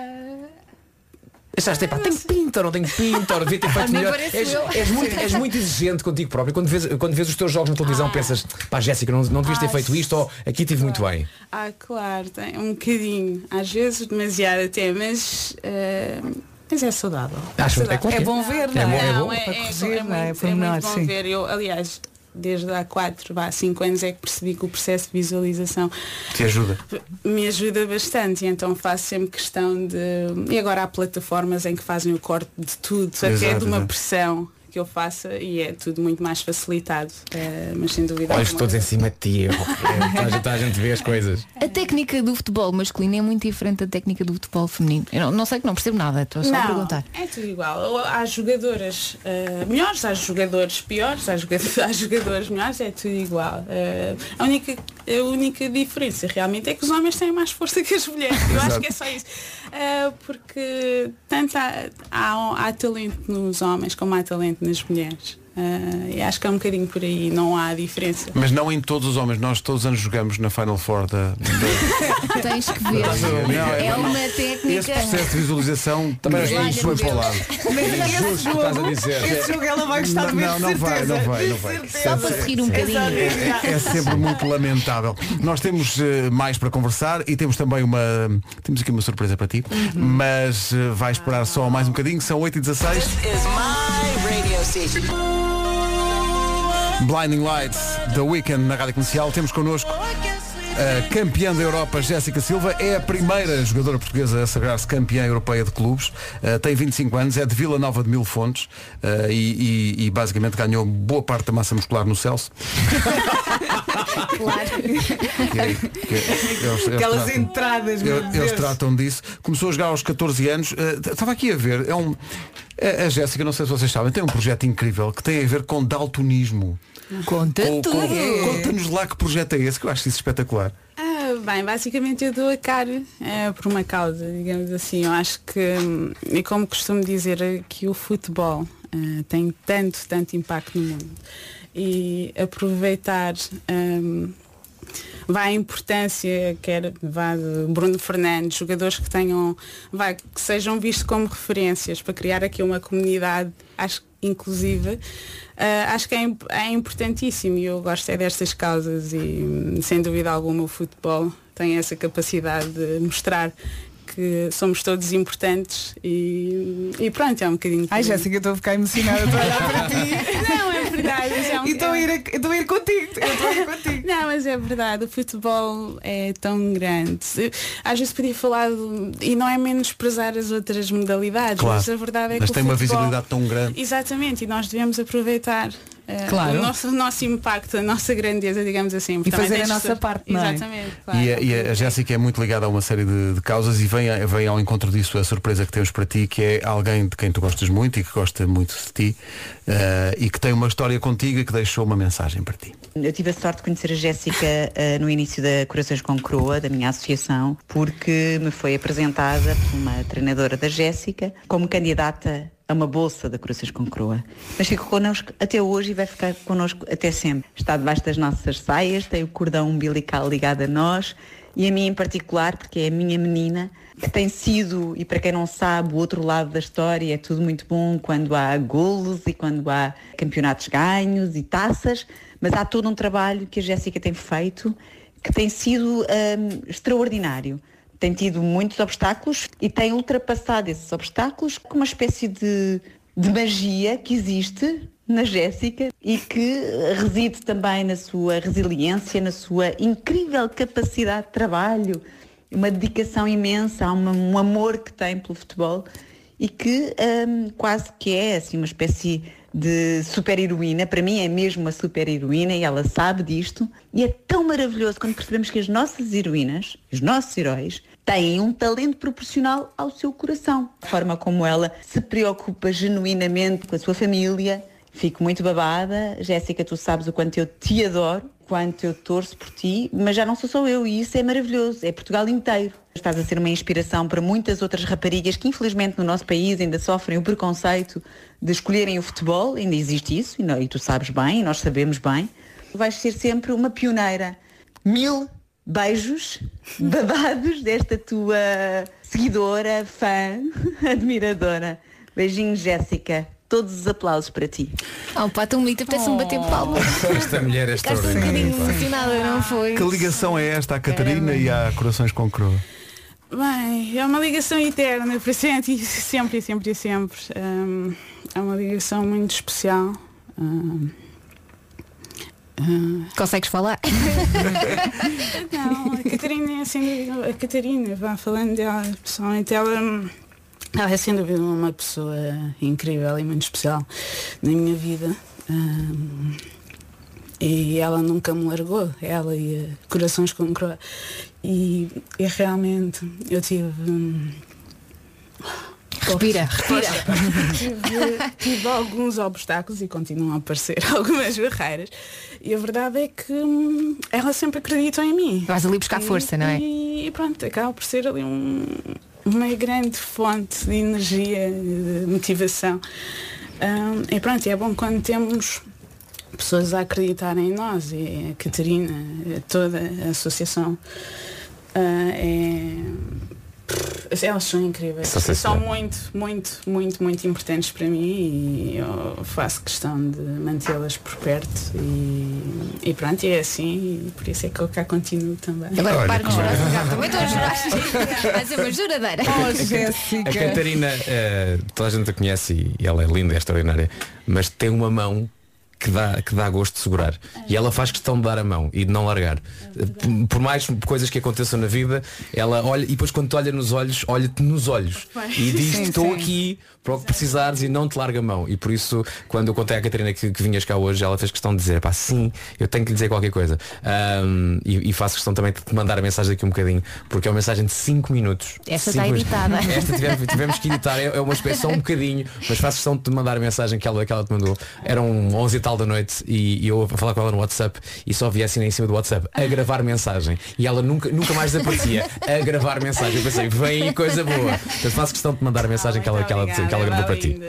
Achaste, epá, tenho pinta, não tenho pinta, ou devia ter
(laughs)
feito
Nem
melhor.
pareço
És,
eu.
és muito, és muito exigente contigo próprio. Quando vês, quando vês os teus jogos na televisão pensas, pá Jéssica, não, não devias ter
Ah,
feito isto ou aqui tive muito bem.
Ah, claro, tem um bocadinho. Às vezes demasiado até, mas, eh, mas é saudável.
Acho- é
saudável.
claro que é. É bom ver, não é? É bom- é bom.
Não, é,
Para
é-
corrigir,
é
não é?
muito,
Para
é muito
menores,
bom
sim.
ver. Eu, aliás, desde há 4, há 5 anos é que percebi que o processo de visualização
Te ajuda.
me ajuda bastante e então faço sempre questão de. E agora há plataformas em que fazem o corte de tudo, até
Exato,
de uma
exato.
pressão que eu faça e é tudo muito mais facilitado. eh, mas sem dúvida.
Olhos
alguma-
todos em cima de ti. assim, eu- eu- toda a gente- toda a gente vê as coisas.
A técnica do futebol masculino é muito diferente da técnica do futebol feminino. Eu não, não sei que não percebo nada, estou só a perguntar.
É tudo igual. Há jogadoras eh, melhores, há jogadores piores, há jogadores, (laughs) há jogadores melhores, é tudo igual. Eh, a, única, a única diferença realmente é que os homens têm mais força que as mulheres. Eu acho
Exato.
que é só isso. Eh, porque tanto há, há, há talento nos homens como há talento nas mulheres. Ah, e acho que é um bocadinho por aí, não há diferença.
Mas não em todos os homens, nós todos os anos jogamos na Final Four da.
(laughs) Tens que
Não,
ver.
é-
é, uma técnica.
Esse processo de visualização também
Mas olha,
foi para o lado. É
Esse
Justo, estás a
jogo,
dizer.
é esse jogo ela vai gostar de ver.
Não, não
de
vai,
certeza.
não vai, não
De
vai.
certeza.
Só para se rir um bocadinho.
É, é sempre muito lamentável. Nós temos eh, mais para conversar e temos também uma. Temos aqui uma surpresa para ti,
Uhum.
mas eh, vai esperar só mais um bocadinho, são 8h16. Blinding Lights, The Weekend na Rádio Comercial. Temos connosco a campeã da Europa, Jéssica Silva. É a primeira jogadora portuguesa a sagrar-se campeã europeia de clubes. Uh, tem 25 anos, é de Vila Nova de Mil Fontes uh, e, e- e basicamente ganhou boa parte da massa muscular no Celso. Que é-
(laughs)
que é- eles- eles
Aquelas
tratam-
entradas, meu
eles,
Deus.
eles tratam disso. Começou a jogar aos 14 anos. Eh, Estava aqui a ver. É um, a a Jéssica, não sei se vocês sabem, tem um projeto incrível que tem a ver com daltonismo.
Conta
É
Com- com-
tudo.
Conta-nos lá que projeto é esse, que eu acho isso espetacular.
Ah, bem, basicamente eu dou a cara eh, por uma causa, digamos assim. Eu acho que, hum, e como costumo dizer, eh, que o futebol eh, tem tanto, tanto impacto no mundo. E aproveitar hum, vá a importância, quer vá de Bruno Fernandes, jogadores que tenham, vá, que sejam vistos como referências para criar aqui uma comunidade, acho que inclusiva, ah, acho que é, imp- é importantíssimo e eu gosto é destas causas e hum, sem dúvida alguma o futebol tem essa capacidade de mostrar que somos todos importantes e, e pronto, é um bocadinho.
Ai, Jéssica, eu estou a ficar emocionada. Estou a olhar para ti.
Não, é verdade. é um-
E estou a ir, a- estou a ir contigo. Eu estou a ir contigo.
Não, mas é verdade, o futebol é tão grande. Eu, Às vezes podia falar do- e não é menosprezar as outras modalidades,
Claro.
mas a verdade é
Mas
que
tem
o
uma
futebol-
visibilidade tão grande.
Exatamente, e nós devemos aproveitar eh,
Claro.
o, nosso, o nosso impacto, a nossa grandeza, digamos assim.
E
Também
fazer a
deixa-
nossa parte, não é?
Exatamente, claro.
E a, e a- a Jéssica é muito ligada a uma série de, de causas e vem, a- vem ao encontro disso a surpresa que temos para ti, que é alguém de quem tu gostas muito e que gosta muito de ti eh, e que tem uma história contigo e que deixou uma mensagem para ti.
Eu tive a sorte de conhecer a Jéssica eh, no início da Corações com Croa, da minha associação, porque me foi apresentada por uma treinadora da Jéssica como candidata a uma bolsa da Corações com Croa. Mas ficou connosco até hoje e vai ficar connosco até sempre. Está debaixo das nossas saias, tem o cordão umbilical ligado a nós e a mim em particular, porque é a minha menina, que tem sido, e para quem não sabe, o outro lado da história é tudo muito bom quando há golos e quando há campeonatos ganhos e taças, mas há todo um trabalho que a Jéssica tem feito que tem sido hum, extraordinário. Tem tido muitos obstáculos e tem ultrapassado esses obstáculos com uma espécie de, de magia que existe na Jéssica e que reside também na sua resiliência, na sua incrível capacidade de trabalho, uma dedicação imensa, há uma- um amor que tem pelo futebol e que hum, quase que é assim, uma espécie de super-heroína, para mim é mesmo uma super-heroína e ela sabe disto. E é tão maravilhoso quando percebemos que as nossas heroínas, os nossos heróis, têm um talento proporcional ao seu coração. A forma como ela se preocupa genuinamente com a sua família. Fico muito babada. Jéssica, tu sabes o quanto eu te adoro, quanto eu torço por ti, mas já não sou só eu e isso é maravilhoso. É Portugal inteiro. Estás a ser uma inspiração para muitas outras raparigas que infelizmente no nosso país ainda sofrem o preconceito de escolherem o futebol, ainda existe isso, e, não- e tu sabes bem, e nós sabemos bem. Vais ser sempre uma pioneira. Mil
(laughs)
beijos babados desta tua seguidora, fã, (laughs) admiradora. Beijinho, Jéssica. Todos os aplausos para ti.
Oh pá, tão bonita, parece-me bater palmas.
Esta mulher é
Ficaste um bocadinho
extraordinária. pá.
emocionada, não foi?
Que ligação é esta à Catarina e à Corações com Croa?
Bem, é uma ligação eterna, presente e sempre, e sempre, e sempre. Hum, é uma ligação muito especial. Hum, hum,
Consegues falar?
(laughs) não, a Catarina é sem dúvida, a Catarina, vá falando dela pessoalmente, ela, hum, ela é sem dúvida uma pessoa incrível e muito especial na minha vida. Hum, e ela nunca me largou, ela e a Corações com Croa. E, e realmente eu tive. hum,
Respira, respira.
(laughs) tive, tive alguns obstáculos e continuam a aparecer (laughs) algumas barreiras. E a verdade é que hum, ela sempre acreditou em mim.
Vais ali buscar força, não é?
E pronto, acaba por ser ali um- uma grande fonte de energia, de motivação. Ahm, e pronto, é bom quando temos pessoas a acreditarem em nós e a Catarina, eh, toda a associação ah, é... pff, Elas são incríveis.
Só sei se
são
não.
muito, muito, muito, muito importantes para mim e eu faço questão de mantê-las por perto e, e pronto, e é assim e por isso é que eu cá continuo também.
Agora Olha, para um de jurar, Ricardo, também (laughs) estou a jurar.
(laughs)
Vai ser uma juradeira.
Oh,
A Catarina, eh, toda a gente a conhece e- e ela é linda, é extraordinária, mas tem uma mão que dá, que dá gosto de segurar. E ela faz questão de dar a mão e de não largar. Eh, Por, por mais coisas que aconteçam na vida, ela olha e depois quando te olha nos olhos, olha-te nos olhos.
Pois.
E diz
Sim,
estou
sim.
aqui para o que precisares e não te larga a mão. E por isso, quando eu contei à Catarina que, que vinhas cá hoje, ela fez questão de dizer, pá, sim, eu tenho que lhe dizer qualquer coisa. Ahm, e, e faço questão também de te mandar a mensagem daqui um bocadinho, porque é uma mensagem de 5 minutos.
Esta
Cinco
está
minutos.
editada.
(laughs) Esta tivemos, tivemos que editar, é é uma espécie só um bocadinho, mas faço questão de te mandar a mensagem que ela, que ela te mandou. Eram 11 e tal da noite e, e eu a falar com ela no WhatsApp e só via assim em cima do WhatsApp a gravar mensagem. E ela nunca, nunca mais desaparecia a gravar mensagem. Eu pensei, vem aí coisa boa. Então faço questão de te mandar a
Ah,
mensagem que ela, que ela, que ela gravou para ti.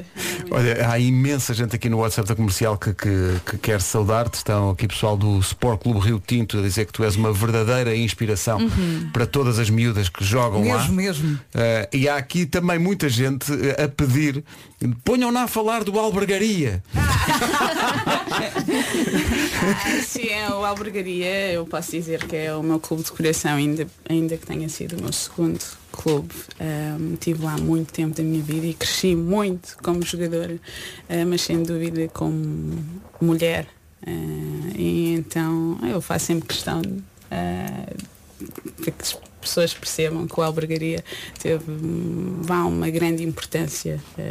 Olha, há imensa gente aqui no WhatsApp da comercial que, que, que quer saudar-te. Estão aqui pessoal do Sport Clube Rio Tinto a dizer que tu és uma verdadeira inspiração
Uhum.
para todas as miúdas que jogam lá.
Mesmo, mesmo.
Eh, e há aqui também muita gente eh, a pedir ponham-na a falar do Albergaria.
Ah, Sim, é o Albergaria, eu posso dizer que é o meu clube de coração, ainda, ainda que tenha sido o meu segundo clube. Ahm, tive lá muito tempo da minha vida e cresci muito como jogadora, ah, mas sem dúvida como mulher. Ah, e então eu faço sempre questão ah, para que as pessoas percebam que o Albergaria teve hum, vá uma grande importância ah,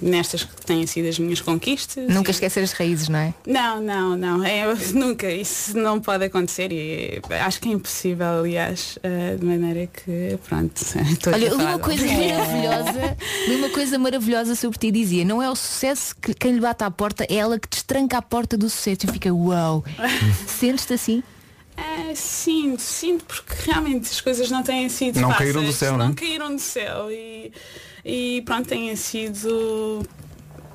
nestas que têm sido as minhas conquistas.
Nunca esquecer as raízes, não é?
Não, não, não. É, eu- (laughs) nunca. Isso não pode acontecer e acho que é impossível, aliás, eh, de maneira que, pronto. (laughs) estou aqui
Olha,
a
eu li
falar
uma
de (laughs)
coisa
alguém.
maravilhosa, li uma coisa maravilhosa sobre ti dizia, não é o sucesso que quem lhe bate à porta, é ela que destranca a porta do sucesso. Eu fico, uau. Sentes-te assim?
Ah, sinto, sinto, porque realmente as coisas não têm sido
Não
fáceis,
caíram do céu,
não
não é?
caíram do céu e, e pronto, têm sido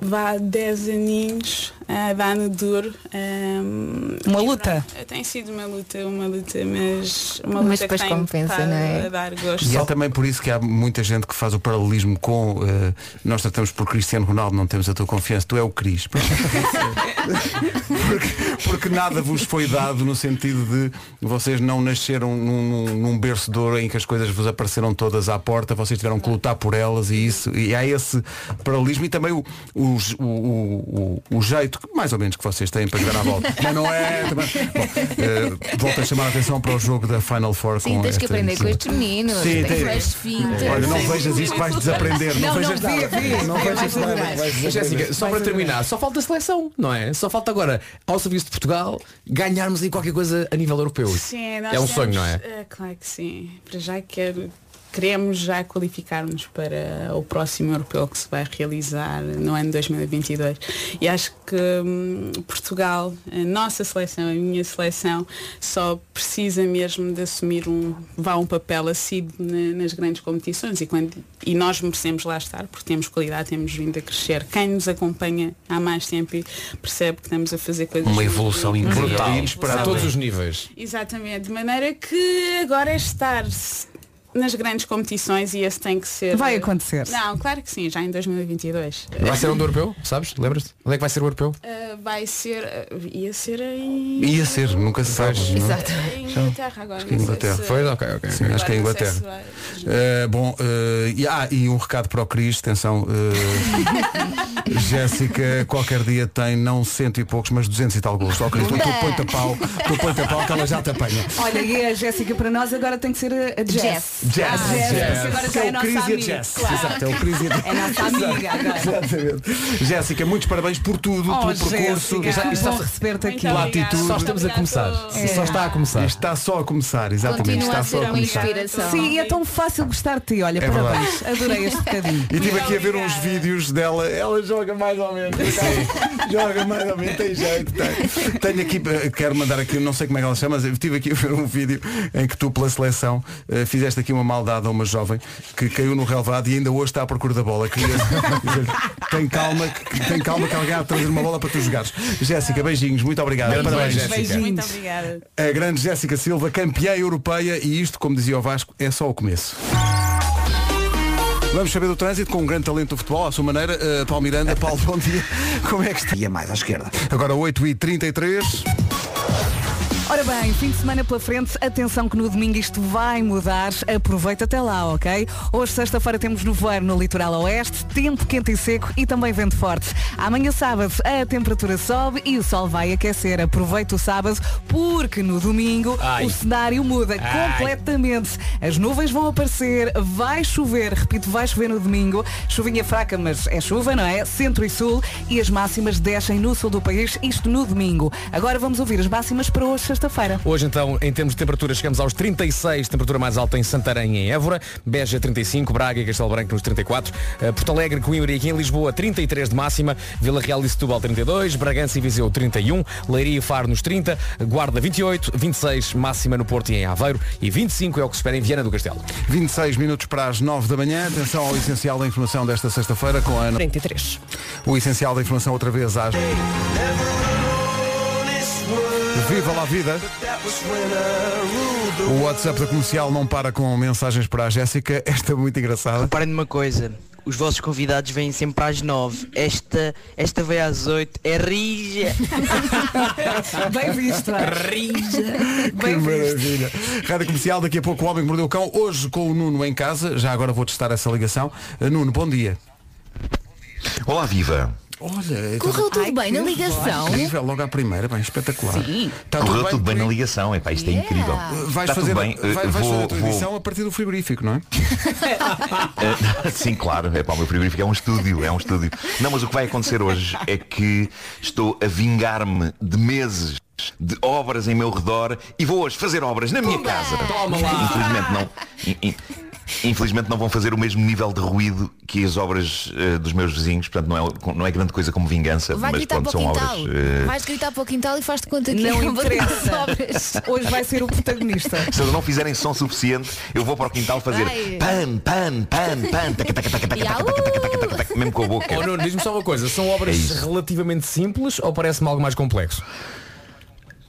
vá 10 aninhos a dar no duro. ahm,
Uma
e
luta.
pronto, Tem sido uma luta, uma luta, mas uma
Mas
luta
depois
que tem
compensa,
estado
não é?
a dar gosto.
E é também por isso que há muita gente que faz o paralelismo com eh, nós tratamos por Cristiano Ronaldo, não temos a tua confiança, tu é o Cris. porque, porque nada vos foi dado no sentido de vocês não nasceram num, num- num berço de ouro em que as coisas vos apareceram todas à porta, vocês tiveram que lutar por elas e isso, e há esse paralelismo e também o, o, o- o- o jeito que mais ou menos que vocês têm para jogar
(laughs)
à volta. Mas não é. Também, bom, eh, volto a chamar a atenção para o jogo da Final Four
Sim,
com
tens que
esta
aprender com
iniciativa.
estes meninos.
Sim,
tens
tem-
mais fintas.
Olha, não
Sim.
vejas isso que vais desaprender. Não,
Não, não,
vejas
vê,
nada.
vê.
Não vejas
é? Vai
nada.
adorar.
vais
Mas, Jéssica, só para terminar, só falta seleção, não é? Só falta agora, ao serviço de Portugal, ganharmos aí qualquer coisa a nível europeu.
Sim, nós
é um
temos-
sonho, não é?
eh, claro que sim. Para já quero, queremos já qualificar-nos para o próximo europeu que se vai realizar no ano 2022. E acho que hum, Portugal, a nossa seleção, a minha seleção, só precisa mesmo de assumir um, vá um papel assíduo na- nas grandes competições e, quando, e nós merecemos lá estar porque temos qualidade, temos vindo a crescer. Quem nos acompanha há mais tempo e percebe que estamos a fazer coisas
Uma
muito-
evolução incrível.
Brutal.
E inesperada.
A todos os níveis.
Exatamente, de maneira que agora é estar nas grandes competições e esse tem que ser.
Vai acontecer.
Não, claro que sim, já em 2022.
Vai
um
ser onde o
(laughs)
europeu, sabes? Lembras-te? Onde é que vai ser o europeu?
Eh, vai ser. eh, ia ser em.
Ia ser, nunca se sabes. não é?
Em Inglaterra agora.
Acho que é Inglaterra.
Foi? Ok, ok.
Sim, acho que é
Agora não
Inglaterra.
sei se vai.
Eh, bom, eh, e, ah, e um recado para o Cris, atenção.
(laughs)
eh, (laughs) Jéssica, qualquer dia tem não cento e poucos, mas duzentos e tal gols. Só Cris, tu põe-te a pau, tu põe-te a pau que ela já te apanha.
(laughs) Olha, e a Jéssica para nós agora tem que ser a a Jess.
Jess.
Ah,
Jess.
Jess, porque agora
Porque
já
é
é
o
nossa
Cris e a
amiga.
Jess.
Claro.
Exato, é o Cris e a-
É nossa amiga agora.
Exatamente. Jéssica, muitos parabéns por tudo,
Oh,
pelo percurso.
Jéssica,
Isto- isto-
bom receber-te aqui.
pela atitude.
Só estamos a começar.
É.
Só está a começar.
Isto está só a começar, exatamente.
Continua
está
a
só
ser
a
uma
começar.
inspiração.
Sim, e é tão fácil gostar de ti. Olha,
É
parabéns. Adorei este
(laughs)
bocadinho.
E tive aqui a ver uns vídeos dela. Ela joga mais ou menos. joga mais ou menos, tem jeito. tem. Tenho aqui, eh, quero mandar aqui, não sei como é que ela se chama, mas eu tive aqui a ver um vídeo em que tu, pela seleção, eh, fizeste aqui uma maldade a uma jovem que caiu no relvado e ainda hoje está à procura da bola. Queria dizer-lhe, tem calma, que- tem calma que alguém há de trazer uma bola para tu jogares. Jéssica, beijinhos, muito obrigado. Parabéns, Jéssica.
Muito obrigada.
A grande Jéssica Silva, campeã europeia e isto, como dizia o Vasco, é só o começo. Vamos saber do trânsito com um grande talento do futebol, à sua maneira. Uh, Paulo
(laughs)
Miranda, Paulo, bom dia. Como é que está?
Ia mais à esquerda.
Agora 8h33.
Ora bem, fim de semana pela frente, atenção que no domingo isto vai mudar, aproveita até lá, ok? Hoje, sexta-feira, temos nevoeiro no litoral oeste, tempo quente e seco e também vento forte. Amanhã, sábado, a temperatura sobe e o sol vai aquecer. Aproveita o sábado, porque no domingo
Ai.
o cenário muda
Ai.
completamente. As nuvens vão aparecer, vai chover, repito, vai chover no domingo, chuvinha fraca, mas é chuva, não é? Centro e sul e as máximas descem no sul do país, isto no domingo. Agora vamos ouvir as máximas para hoje, sexta-feira.
Hoje então, em termos de temperatura, chegamos aos 36, temperatura mais alta em Santarém e em Évora, Beja 35, Braga e Castelo Branco nos 34, eh, Porto Alegre, Coimbra e aqui em Lisboa 33 de máxima, Vila Real e Setúbal 32, Bragança e Viseu 31, Leiria e Faro nos 30, Guarda 28, 26 máxima no Porto e em Aveiro e 25 é o que se espera em Viana do Castelo.
26 minutos para as 9 da manhã. Atenção ao essencial da informação desta sexta-feira com a Ana.
33.
O essencial da informação outra vez às. Viva lá a vida! O WhatsApp da comercial não para com mensagens para a Jéssica. Esta é muito engraçada.
Reparem numa coisa, os vossos convidados vêm sempre às 9. Esta, esta veio às 8. É rija.
(laughs)
Bem visto. Rija.
Que maravilha. Rádio Comercial, daqui a pouco o Homem que Mordeu o Cão, hoje com o Nuno em casa, já agora vou testar essa ligação. Uh, Nuno, bom dia.
Olá, viva.
Olha, então
Correu tudo bem na ligação?
Incrível, logo à primeira, bem, espetacular.
Sim.
Tá
Correu
tudo
tudo
bem
bem, na ligação, epá, isto é incrível.
Vais
Está
fazer,
tudo bem. eh,
vai- vais
vou,
fazer a tua
vou-
edição a partir do frigorífico, não é?
eh, sim, claro, epá, o meu frigorífico é um estúdio, é um estúdio. Não, mas o que vai acontecer hoje é que estou a vingar-me de meses de obras em meu redor e vou hoje fazer obras na minha casa.
Toma lá.
Infelizmente não. in- in- Infelizmente não vão fazer o mesmo nível de ruído que as obras eh, dos meus vizinhos, portanto não é, não é grande coisa como vingança,
Vai
Tá, mas
gritar
pronto,
para o
são
quintal.
obras. eh,
Vais gritar para o quintal e faz-te conta que
Não
é uma das
interessa.
obras.
Hoje vai ser o protagonista.
Se eles não fizerem som suficiente, eu vou para o quintal fazer
Ai.
pan, pan, pan, pan, taca, taca, taca, taca, taca, taca, taca, taca, taca, taca, mesmo com a boca.
Oh, Nuno, diz-me só uma coisa, são
É
obras
isso.
relativamente simples ou parece-me algo mais complexo?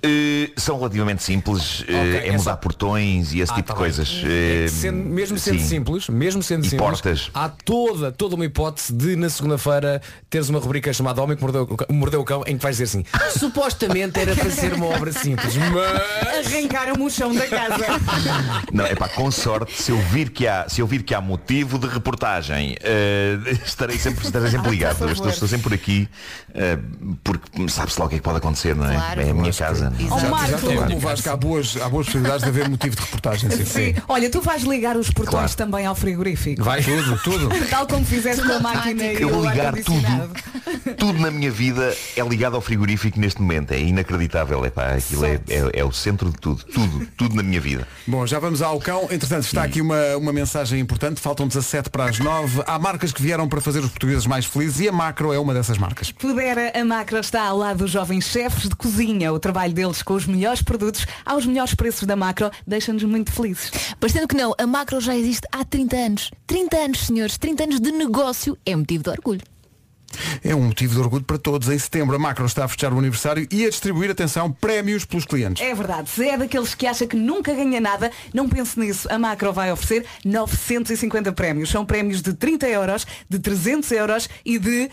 Eh, são relativamente simples, eh, é mudar portões
Ah,
e esse
tá
tipo de coisas. Eh,
É Sendo- mesmo sendo
sim.
simples, mesmo sendo
E
simples,
portas.
há toda, toda uma hipótese de na segunda-feira teres uma rubrica chamada Homem que Mordeu, o Cão- Mordeu o Cão em que vais dizer assim, supostamente era para ser uma obra
(laughs)
simples, mas
Arrancaram-me o chão da casa.
Não, é pá, com sorte, se eu vir que há, se eu vir que há motivo de reportagem, eh, (laughs) estarei sempre, estarei
Ah, tá,
sempre ligado. Eu estou, estou sempre aqui, eh, porque sabe-se lá o que é que pode acontecer, não é?
Claro.
é a minha
Já-
casa.
já estou com o Vasco, há boas, há boas possibilidades de haver motivo de reportagem. Sim.
Sim. Olha, tu vais ligar os portões também ao frigorífico.
Vai tudo, tudo.
Tal como fizeste com a máquina e
Eu
o
ligar
ar-condicionado.
(laughs) Tudo na minha vida é ligado ao frigorífico neste momento. É inacreditável. É pá, aquilo é, é- é o centro de tudo. Tudo, tudo na
(laughs)
minha vida.
Bom, já vamos ao cão. Entretanto, está aqui uma, uma mensagem importante. Faltam 17 para as 9. Há marcas que vieram para fazer os portugueses mais felizes e a Macro é uma dessas marcas.
Pudera, a Macro está ao lado dos jovens chefes de cozinha. O trabalho deles com os melhores produtos aos melhores preços da Macro deixa-nos muito felizes.
(laughs) Parecendo que não, a macro já existe há 30 anos. 30 anos, senhores, 30 anos de negócio é motivo de orgulho.
É um motivo de orgulho para todos. Em setembro, a Macro está a fechar o aniversário e a distribuir, atenção, prémios pelos clientes.
É verdade, se é daqueles que acha que nunca ganha nada, não pense nisso. A Macro vai oferecer 950 prémios. São prémios de 30 euros, de 300 euros e de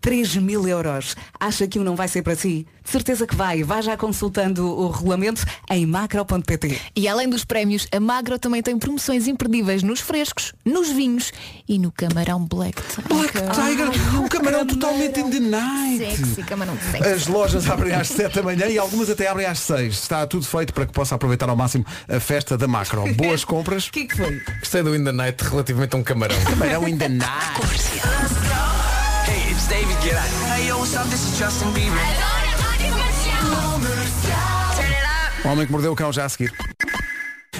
3 mil euros. Acha que um não vai ser para si? De certeza que vai. Vá já consultando o regulamento em macro.pt.
E além dos prémios, a Magro também tem promoções imperdíveis nos frescos, nos vinhos e no camarão Black Tiger.
Black Tiger, um camarão totalmente in the night.
Sexy, camarão sexy.
As lojas abrem às 7 da manhã e algumas até abrem às 6. Está tudo feito para que possa aproveitar ao máximo a festa da Macro.
(laughs)
Boas compras. O
que, que foi?
Gostei do In the Night relativamente a um camarão.
(laughs) Camarão in the night.
Hey, it's David Guetta. Hey, yo, what's up? This is Justin Bieber. Turn it up.
O Homem que Mordeu o Cão já a seguir.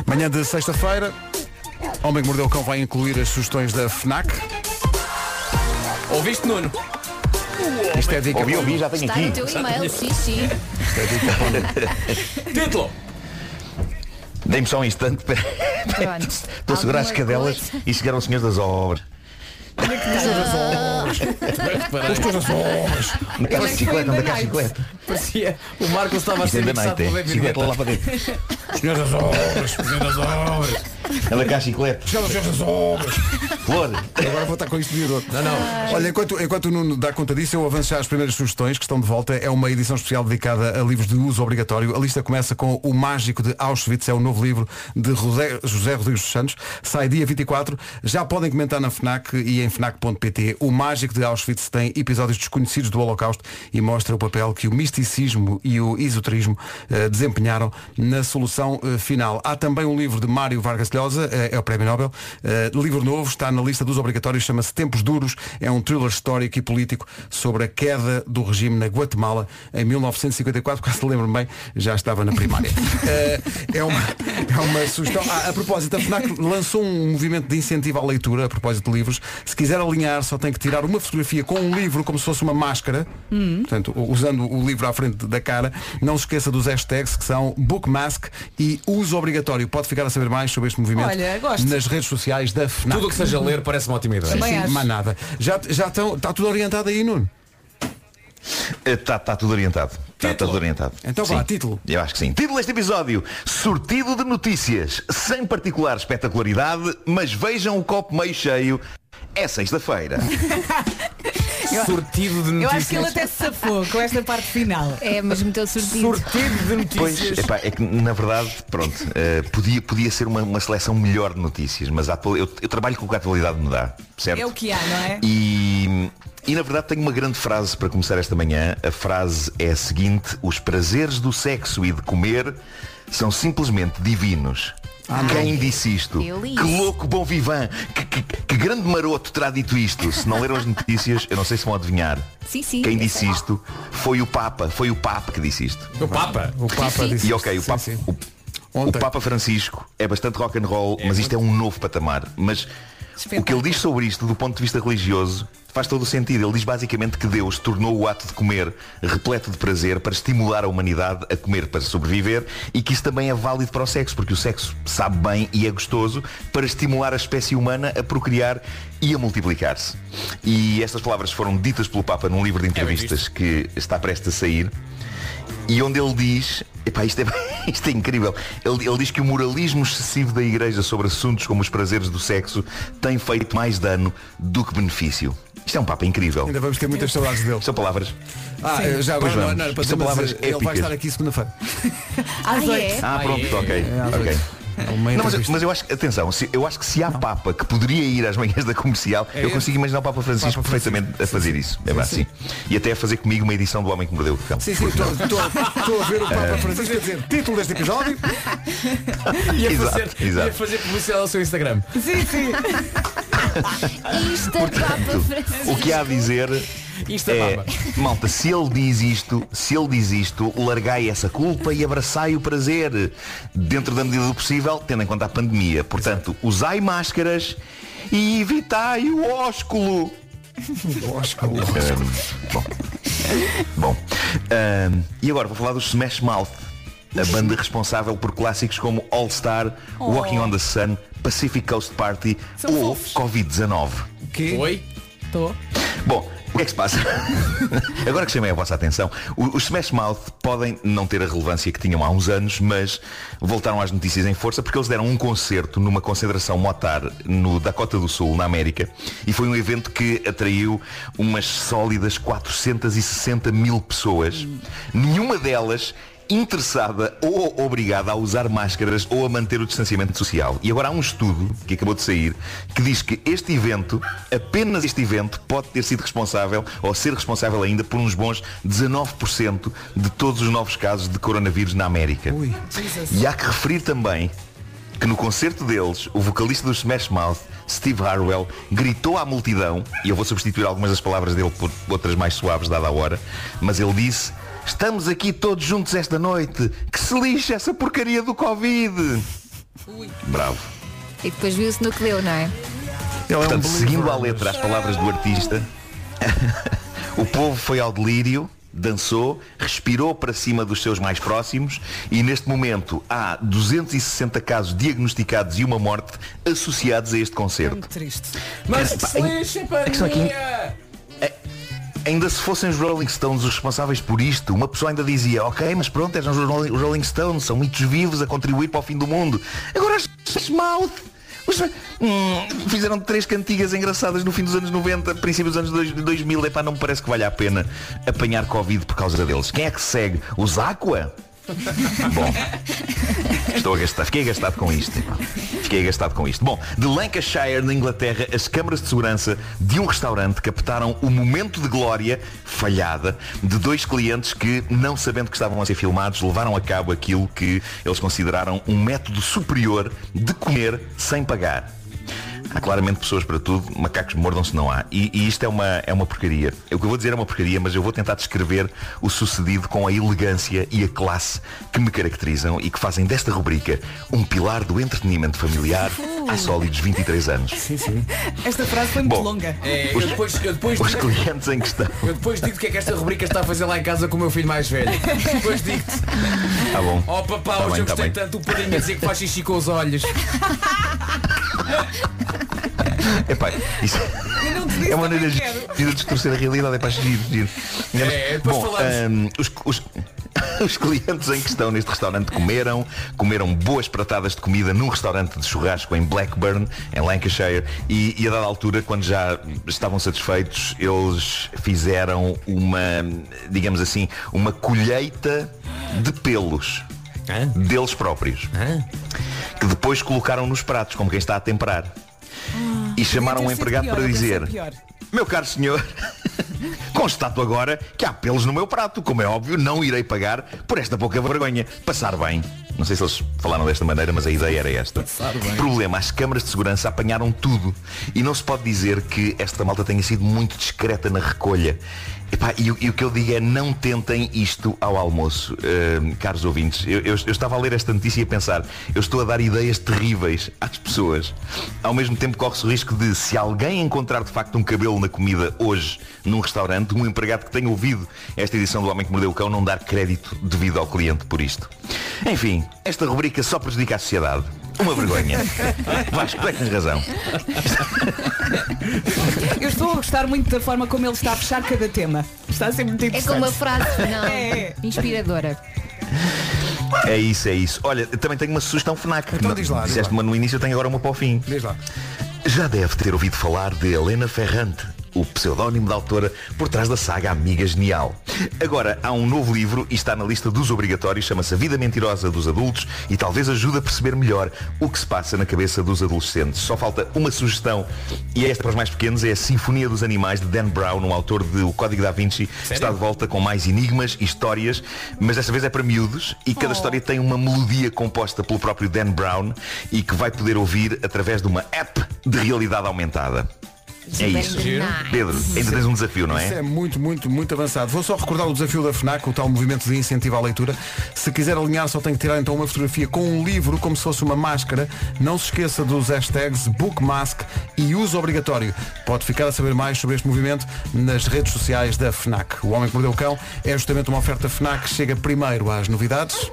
Manhã de sexta-feira, O Homem que Mordeu o Cão vai incluir as sugestões da FNAC.
Ouviste, Nuno?
Isto é dica.
Ouvi, ouvi, já tenho
Está
aqui.
no teu e-mail, sim, sim.
Isto é dica para-
Título!
Dei-me só um instante para...
Pronto.
Estou a segurar as
Alguma
cadelas
coisa?
e chegaram os senhores das obras.
Os teus das obras.
Na caixa de chiclete, anda cá chiclete.
Parecia, o Marcos estava a
Isto
ser
ainda
fixado
night,
pelo
é? Chiclete lá para dentro.
Senhor das obras, senhor das obras.
Anda cá chiclete.
Senhor das obras.
Flor.
Agora vou estar com isto de dor. Não,
Ah.
não. Olha, enquanto, enquanto o Nuno dá conta disso, eu avanço já às primeiras sugestões que estão de volta. É uma edição especial dedicada a livros de uso obrigatório. A lista começa com O Mágico de Auschwitz, é o novo livro de Rodé- José Rodrigues dos Santos. Sai dia 24. Já podem comentar na FNAC e em FNAC.pt. O Mágico de Auschwitz tem episódios desconhecidos do Holocausto e mostra o papel que o misticismo e o esoterismo eh, desempenharam na solução eh, final. Há também um livro de Mário Vargas Llosa, eh, é o Prémio Nobel. eh, livro novo, está na lista dos obrigatórios, chama-se Tempos Duros. É um thriller histórico e político sobre a queda do regime na Guatemala em 1954, (laughs) quase lembro-me bem, já estava na primária. Eh, é, uma, é uma sugestão. Ah, a propósito, a FNAC lançou um movimento de incentivo à leitura, a propósito de livros. Se quiser alinhar, só tem que tirar uma fotografia com um livro, como se fosse uma máscara.
Hum.
Portanto, u- usando o livro à frente da cara, não se esqueça dos hashtags que são bookmask e uso obrigatório. Pode ficar a saber mais sobre este movimento
Olha, gosto.
nas redes sociais da FNAC.
Tudo o que seja ler parece uma ótima ideia.
Sim, sim, mais nada. Já, já estão, está tudo orientado aí, Nuno?
Está Eh, tá, tudo orientado. Está tudo orientado.
Então
Sim.
vá, título.
Eu acho que sim. Título deste episódio, sortido de notícias, sem particular espetacularidade, mas vejam o copo meio cheio. É
(laughs)
sexta-feira.
Sortido de
Eu acho que ele até se safou com esta parte final.
É, mas meteu sortido.
Sortido de
Pois, epá, é que na verdade, pronto, eh, podia, podia ser uma, uma seleção melhor de notícias, mas a atual- eu, eu trabalho com o que a atualidade me dá, certo?
É o que há, não é?
E, e na verdade tenho uma grande frase para começar esta manhã. A frase é a seguinte, os prazeres do sexo e de comer são simplesmente divinos.
Ah,
Quem disse isto?
Eu li
Que
isso.
louco bom vivan! Que, que- que grande maroto terá dito isto? Se não leram as notícias, eu não sei se vão adivinhar.
Sim, sim.
Quem
eu
disse
sei.
isto foi o Papa, foi o Papa que disse isto.
O Papa?
O Papa disse
E
isto,
ok, o
sim,
Papa,
sim.
o, o Papa Francisco é bastante rock and roll, mas isto é um novo patamar. Mas o que ele diz sobre isto, do ponto de vista religioso, faz todo o sentido. Ele diz basicamente que Deus tornou o ato de comer repleto de prazer para estimular a humanidade a comer para sobreviver e que isso também é válido para o sexo, porque o sexo sabe bem e é gostoso para estimular a espécie humana a procriar e a multiplicar-se. E estas palavras foram ditas pelo Papa num livro de entrevistas que está prestes a sair. E onde ele diz, epá, isto é, (laughs) isto é incrível, ele, ele diz que o moralismo excessivo da Igreja sobre assuntos como os prazeres do sexo tem feito mais dano do que benefício. Isto é um papo incrível.
Ainda vamos ter muitas saudades dele.
São palavras.
Ah, eh, já agora
Pois
não,
vamos.
não
é
era para
Isto
dizer,
São
mas,
palavras
eh, ele vai
épicas.
estar aqui segunda-feira. é?
Às oito.
Ah, pronto, ok. ok. Não, mas, mas eu acho que, atenção, se- eu acho que se há Papa que poderia ir às manhãs da comercial,
É
eu
ele.
consigo imaginar o Papa Francisco
Papa Francisco.
perfeitamente a fazer isso. É
Sim,
pá,
sim.
sim. E até a fazer comigo uma edição do Homem que Mordeu o Cão.
Sim, sim,
Por que não?
estou a ver o Papa
É.
Eh,
Francisco a dizer título deste episódio.
E a
(laughs) Exato,
fazer,
exato.
e a (laughs) fazer publicidade ao seu Instagram.
(laughs)
Sim, sim.
Insta Papa Francisco.
O que há a dizer
Isto
é
é,
baba.
(laughs) malta, se ele diz isto, se ele diz isto, largai essa culpa e abraçai o prazer dentro da medida do possível, tendo em conta a pandemia. Portanto, usai máscaras e evitai o ósculo.
O ósculo.
bom, bom. Ahm, e agora vou falar dos Smash Mouth, a banda responsável por clássicos como All Star,
Oh.
Walking on the Sun, Pacific Coast Party
São
ou Covid-19.
Que?
Oi?
Estou.
Bom, o que é que se passa? (laughs) Agora que chamei a vossa atenção, o- os Smash Mouth podem não ter a relevância que tinham há uns anos, mas voltaram às notícias em força porque eles deram um concerto numa concentração motar no Dakota do Sul, na América, e foi um evento que atraiu umas sólidas 460 mil pessoas, nenhuma delas interessada ou obrigada a usar máscaras ou a manter o distanciamento social. E agora há um estudo que acabou de sair que diz que este evento, apenas este evento, pode ter sido responsável ou ser responsável ainda por uns bons 19% de todos os novos casos de coronavírus na América. E há que referir também que no concerto deles, o vocalista do Smash Mouth, Steve Harwell, gritou à multidão, e eu vou substituir algumas das palavras dele por outras mais suaves dada a hora, mas ele disse, Estamos aqui todos juntos esta noite. Que se lixe essa porcaria do Covid. Bravo.
E depois viu-se no que deu, não é?
Portanto, seguindo à letra as palavras do artista, (laughs) o povo foi ao delírio, dançou, respirou para cima dos seus mais próximos e neste momento há 260 casos diagnosticados e uma morte associados a este concerto.
Triste.
Mas que se lixe,
para
a questão
é
aqui- Ainda se fossem os Rolling Stones os responsáveis por isto, uma pessoa ainda dizia, ok, mas pronto, eram os Rolling- os Rolling Stones, são muitos vivos a contribuir para o fim do mundo. Agora os Smouth os- hum, fizeram três cantigas engraçadas no fim dos anos 90, princípio dos anos dois- 2000, epá, não me parece que valha a pena apanhar Covid por causa deles. Quem é que segue? Os Aqua? (laughs) Bom, estou a gastar, fiquei gastado com isto. epá. Fiquei gastado com isto. Bom, de Lancashire, na Inglaterra, as câmaras de segurança de um restaurante captaram o momento de glória falhada de dois clientes que, não sabendo que estavam a ser filmados, levaram a cabo aquilo que eles consideraram um método superior de comer sem pagar. Há claramente pessoas para tudo, macacos mordam-se não há. E, e isto é uma, é uma porcaria. O que eu vou dizer é uma porcaria, mas eu vou tentar descrever o sucedido com a elegância e a classe que me caracterizam e que fazem desta rubrica um pilar do entretenimento familiar há sólidos 23 anos. Sim, sim.
Esta frase foi muito
Bom,
longa.
É, eu depois, eu depois
Os clientes em questão.
Eu depois digo o que é que esta rubrica está a fazer lá em casa com o meu filho mais velho. Depois digo-te.
Tá bom.
Oh papá,
Tá
hoje
bem,
eu
tá
gostei
bem.
tanto do Pedrinho a dizer que faz xixi com os olhos.
(laughs) Epá, isso é uma maneira de de distorcer a realidade, é para giro, giro.
É, depois
Bom,
falamos.
ahm, os, os- (laughs) os clientes em questão neste restaurante comeram, comeram boas pratadas de comida num restaurante de churrasco em Blackburn, em Lancashire, e, e a dada altura, quando já estavam satisfeitos, eles fizeram uma, digamos assim, uma colheita de pelos deles próprios, que depois colocaram nos pratos, como quem está a temperar. E chamaram um empregado para dizer Meu caro senhor (laughs) Constato agora que há pelos no meu prato Como é óbvio, não irei pagar por esta pouca vergonha Passar bem Não sei se eles falaram desta maneira, mas a ideia era esta Problema, as câmaras de segurança apanharam tudo E não se pode dizer que esta malta tenha sido muito discreta na recolha Epá, e, o- e o que eu digo é não tentem isto ao almoço, Ahm, caros ouvintes. Eu, eu- eu estava a ler esta notícia e a pensar, eu estou a dar ideias terríveis às pessoas. Ao mesmo tempo corre-se o risco de, se alguém encontrar de facto um cabelo na comida hoje num restaurante, um empregado que tenha ouvido esta edição do Homem que Mordeu o Cão não dar crédito devido ao cliente por isto. Enfim, esta rubrica só prejudica a sociedade. Uma vergonha. Vasco, tu é que tens razão.
Eu estou a gostar muito da forma como ele está a fechar cada tema. Está a ser muito
É
interessante.
com uma frase não,
(laughs) É.
inspiradora.
É isso, é isso. Olha, também tenho uma sugestão FNAC. Então diz lá. Dizeste uma no início, eu tenho agora uma para o fim. Diz lá. Já deve ter ouvido falar de Helena Ferrante, o pseudónimo da autora por trás da saga Amiga Genial. Agora, há um novo livro e está na lista dos obrigatórios, chama-se A Vida Mentirosa dos Adultos e talvez ajude a perceber melhor o que se passa na cabeça dos adolescentes. Só falta uma sugestão, e esta para os mais pequenos é a Sinfonia dos Animais de Dan Brown, um autor de O Código da Vinci, está de volta com mais enigmas, histórias, mas desta vez é para miúdos e cada história tem uma melodia composta pelo próprio Dan Brown e que vai poder ouvir através de uma app de realidade aumentada. É isso.
Giro.
Pedro, ainda tens um desafio, não
Isso
é?
é muito, muito, muito avançado. Vou só recordar o desafio da FNAC, o tal movimento de incentivo à leitura. Se quiser alinhar, só tem que tirar então uma fotografia com um livro, como se fosse uma máscara. Não se esqueça dos hashtags bookmask e uso obrigatório. Pode ficar a saber mais sobre este movimento nas redes sociais da FNAC. O Homem que Mordeu o Cão é justamente uma oferta FNAC. Chega primeiro às novidades.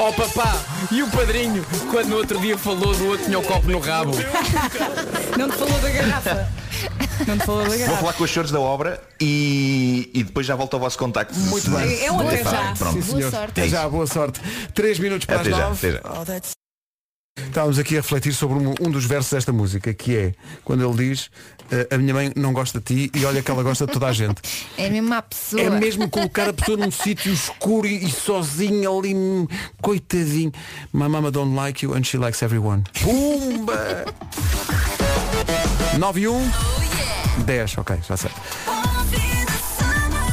Oh papá, e o padrinho, quando no outro dia falou do outro tinha o copo no rabo.
Não te falou da garrafa. Não te falou da
Vou
garrafa.
falar com os senhores da obra e, e depois já volto ao vosso contacto.
Muito bem.
É um até
Epá,
já.
Pronto.
Sim, senhor.
É
Até
isso.
já, boa sorte. Três minutos para
Até
as
já,
nove.
até já.
Estávamos aqui a refletir sobre um, um dos versos desta música, que é quando ele diz eh, a minha mãe não gosta de ti e olha que ela gosta de toda a gente.
É mesmo uma pessoa.
É mesmo colocar a pessoa num sítio escuro e, e sozinha ali, num- coitadinho. My mama don't like you and she likes everyone. Pumba! 9 e 1 10, ok, já sei.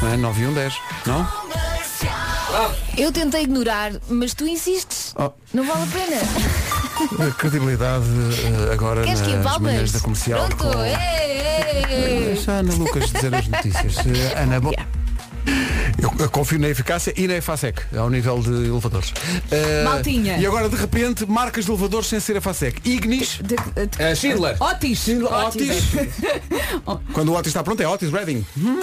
Não é 9 e 1, 10, não?
Eu tentei ignorar, mas tu insistes.
Oh.
Não vale a pena.
(laughs) A credibilidade eh, agora
Queres que
nas
empalmas?
manhãs da comercial.
Pronto, é.
com-
ei, ei.
Deixa a Ana Lucas dizer as notícias. Eh, Ana, bom. Eu eu confio na eficácia e na EFASEC, ao nível de elevadores. Eh,
Maltinha.
E agora, de repente, marcas de elevadores sem ser a FASEC. Ignis.
É,
Eh, Schindler.
Otis.
Otis. Quando o Otis está pronto, é Otis Redding.
Como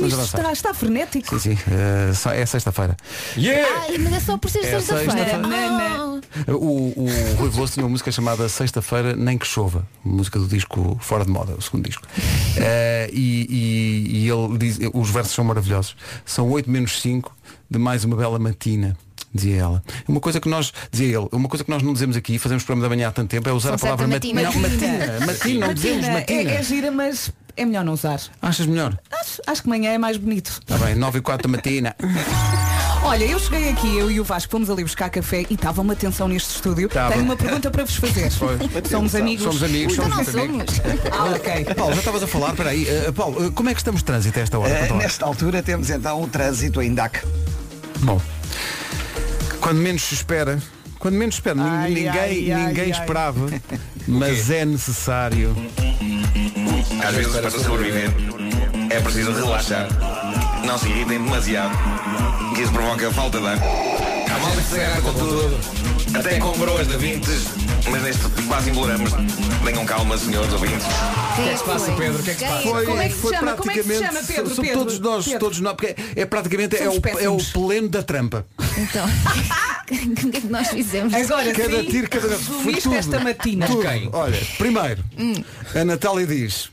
Vamos
isto
avançar.
está, está frenético.
Sim, sim. eh, só- é sexta-feira.
Ai, mas é só por ser
É
sexta-feira. Ah.
sexta-feira. O, o Rui Veloso tinha uma música chamada Sexta-feira Nem Que Chova, música do disco Fora de Moda, o segundo disco. Eh, e, e- e ele diz, os versos são maravilhosos. São 8 menos 5 de mais uma bela matina. Dizia ela. Uma coisa que nós, dizia ele, uma coisa que nós não dizemos aqui, fazemos programa da manhã há tanto tempo, é
São
usar a palavra
sete da
matina. Não,
matina.
É,
(laughs)
matina, matina, não dizemos matina.
É, é gira, mas é melhor não usar.
Achas melhor?
Acho, acho que manhã é mais bonito.
Está Tá bem, 9 e 4 da matina.
Olha, eu cheguei aqui, eu e o Vasco fomos ali buscar café e estava uma tensão neste estúdio.
Tava.
Tenho uma pergunta para
(laughs)
vos fazer. Somos amigos.
Somos amigos,
Então
somos
não
muito amigos.
(laughs)
(laughs) Ah, ok.
Paulo, já estavas a falar, peraí. eh, Paulo, eh, como é que estamos de trânsito a esta hora?
Eh,
Conta lá.
nesta altura temos então o trânsito em DAC.
Bom, quando menos se espera, quando menos se espera, nin-
Ai,
ninguém,
ai, ai,
ninguém
ai.
(laughs) esperava, mas é necessário.
Às vezes, para sobreviver, é preciso relaxar. Não se irritem demasiado. que Isso provoca falta de ar. Há mal que se agarra com tudo. Até com broas de vintes. Mas neste quase imploramos. Tenham calma, senhores ouvintes.
O que é que se passa, Pedro? O que é que se passa? Foi,
Como é que se
foi
chama? Como é que se
praticamente-
chama, Pedro,
so- so-
Pedro?
todos nós,
Pedro.
todos nós, porque é praticamente é
Somos
o, é o
péssimos.
pleno da trampa.
Então, (laughs) o que é que nós fizemos?
Agora
cada
sim,
tiro, cada foi
resumiste
tudo.
esta matina.
Tudo. Olha, primeiro,
Hum.
a Natália diz,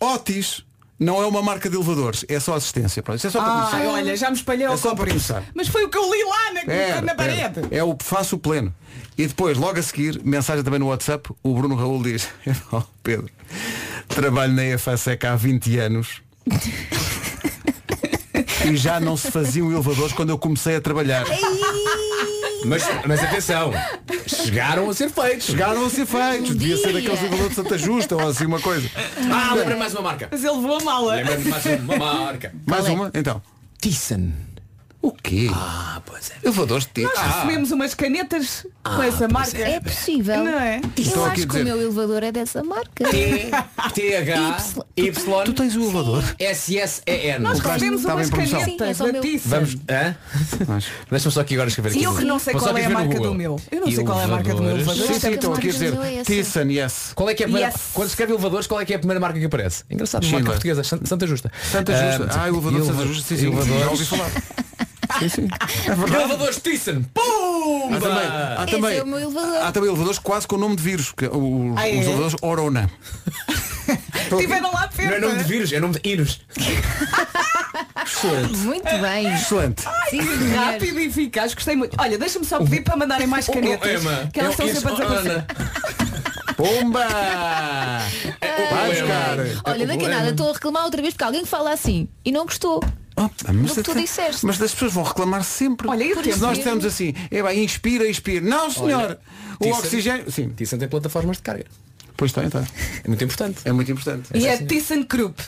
Otis não é uma marca de elevadores, é só assistência. Pronto, isso é só para
Ai,
começar.
olha, já me espalhei ao
É só para começar.
Mas foi o que eu li lá na,
Pera,
na
pera.
parede.
É o faço o pleno. E depois, logo a seguir, mensagem também no WhatsApp, o Bruno Raul diz, (laughs) "Oh, Pedro, trabalho na EFASEC há 20 (laughs) anos. E já não se faziam elevadores quando eu comecei a trabalhar.
Mas, mas atenção, chegaram a ser feitos.
Chegaram a ser feitos. Devia ser
Dia.
daqueles elevadores de Santa Justa ou assim uma coisa.
Ah, lembra mais uma marca.
Mas ele levou a mala.
Lembra-me mais uma marca.
Mais uma, então. Thyssen. O quê? Ah, pois é. Elevadores de
Nós
Thyssen.
recebemos umas canetas com essa marca.
É possível.
Não é?
Eu
Estou aqui
acho que
a
o
dizer.
meu elevador é dessa marca.
TH,
Tu, tu tens o elevador?
SSEN.
Nós recebemos umas canetas
é
da Thyssen.
Vamos. Hã?
Ah,
Deixa-me só aqui agora escrever
E
aqui.
eu que não sei
Vou só
qual é a
escrever no
marca
Google.
do meu. Eu não sei qual é a marca do meu elevador.
Sim, sim, estou aqui a dizer.
Elevadores é essa.
Thyssen, yes.
Qual é que é a primeira,
Yes.
Quando se escreve elevadores, qual é que é a primeira marca que aparece? Engraçado, uma marca
Schindler.
portuguesa, Sant- Santa Justa.
Santa Justa. Ah, o elevador de Santa Justa, sim, sim, já ouvi falar. Sim, sim. (laughs) É verdade.
Elevadores Thyssen. Pumba!
Há também,
ah.
há,
Esse
também,
é o meu elevador.
há também elevadores quase com o nome de vírus, que, o- os,
Ah, é? Ah,
os elevadores Orona.
Tiveram lá
Não é
perto.
nome de vírus, é nome de Irus.
Excelente.
Muito bem.
Excelente.
Sim, senhor.
Rápido e eficaz, gostei muito. Olha, deixa-me só pedir para
(laughs)
mandarem mais
Oh,
canetas. Que elas
é
estão sempre a desaparecer. (laughs)
Pumba!
Ai,
É
Vai buscar. É
Olha, daqui a nada estou a reclamar outra vez porque alguém que fala assim e não gostou.
Ah, mas,
do que tu
até-
disseste.
mas as pessoas vão reclamar sempre.
Olha, e o
Se
tempo?
nós dissermos assim, é bem, inspira, inspira. Não, senhor! o oxigênio. Sim.
Thyssen tem é plataformas de carga.
Pois tem, tem.
É muito importante.
É muito importante.
E é Thyssen Krupp.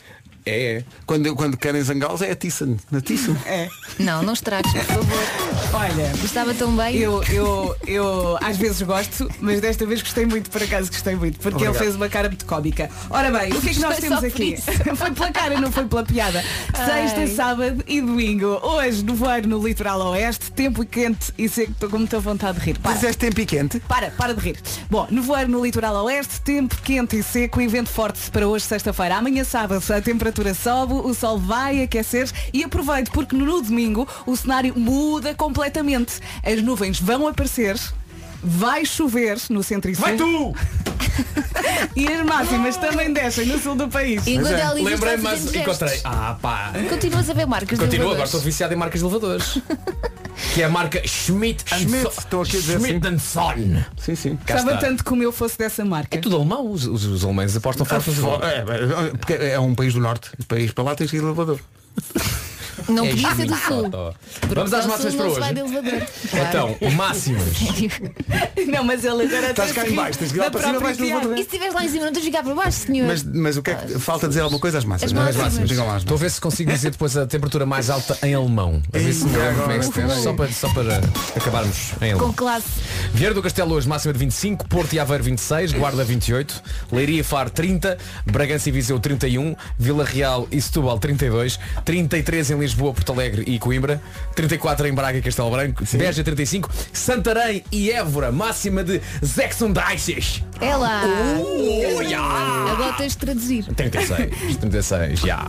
É, é.
Quando, quando querem zangá-los é a Thyssen.
(laughs)
Na Thyssen.
É.
Não, não estragues, por favor.
Olha.
Gostava tão bem.
Eu, eu, eu às vezes gosto, mas desta vez gostei muito, por acaso gostei muito, porque
Obrigado.
ele fez uma cara muito cómica. Ora bem, o que é que nós
Foi
temos
só por
aqui?
isso.
(laughs) Foi pela cara, não foi pela piada. Sexta, sábado e domingo. Hoje, nevoeiro no litoral oeste, tempo quente e seco, estou com muita vontade de rir. Para.
Fizeste tempo e quente.
Para, para de rir. Bom, nevoeiro no litoral oeste, tempo quente e seco e vento forte para hoje, sexta-feira. Amanhã, sábado, a temperatura sobe, o sol vai aquecer e aproveite porque no domingo o cenário muda completamente. As nuvens vão aparecer. Vai chover no centro e sul. Vai tu! (laughs) e as máximas também descem no sul do país.
E
é.
Enquanto ela diz,
é. Lembrei-me
vai fazendo
mais.
gestos.
Encontrei. Ah, pá.
Continuas a ver marcas de
Continua, agora
elevadores.
estou viciado em marcas de
(laughs)
elevadores. que é a marca Schmidt and
Schmidt,
So-
estou aqui a dizer assim.
Schmidt and Son.
Sim, sim.
Cá
Gostava
está.
tanto como eu fosse dessa marca.
É tudo alemão, os, os, os alemães apostam forte nos
É, é, é, porque é um país do norte. O país para lá tens que ir elevador.
Não
É
podia
isso,
ser do
Sul.
sul.
Tó.
Porque
Vamos às
para o
máximas
sul
para
não se vai de
hoje.
elevador.
Então, máximos.
Não, mas ele agora
Estás tem cá que em baixo, tens que ir lá da para cima, vais própria no elevador.
E se estiveres lá em cima, não tens de ficar para baixo, senhor.
Mas, mas o que é que falta dizer alguma coisa às máximas?
As máximas.
Digam lá as
Estou a ver se consigo dizer depois a temperatura mais alta em alemão. A ver se
Ei,
me lembro como é que se
agora,
diz. só para, só para acabarmos em
Com
alemão.
classe.
Vieira do Castelo hoje, máxima de 25, Porto e Aveiro 26, Guarda 28, Leiria e Faro 30, Bragança e Viseu 31, Vila Real e Setúbal 32, 33 em Lisboa, Porto Alegre e Coimbra, 34 em Braga e Castelo Branco, Beja 35, Santarém e Évora, máxima de 36.
É lá.
Oh, yeah.
Agora tens de traduzir.
36, 36, já.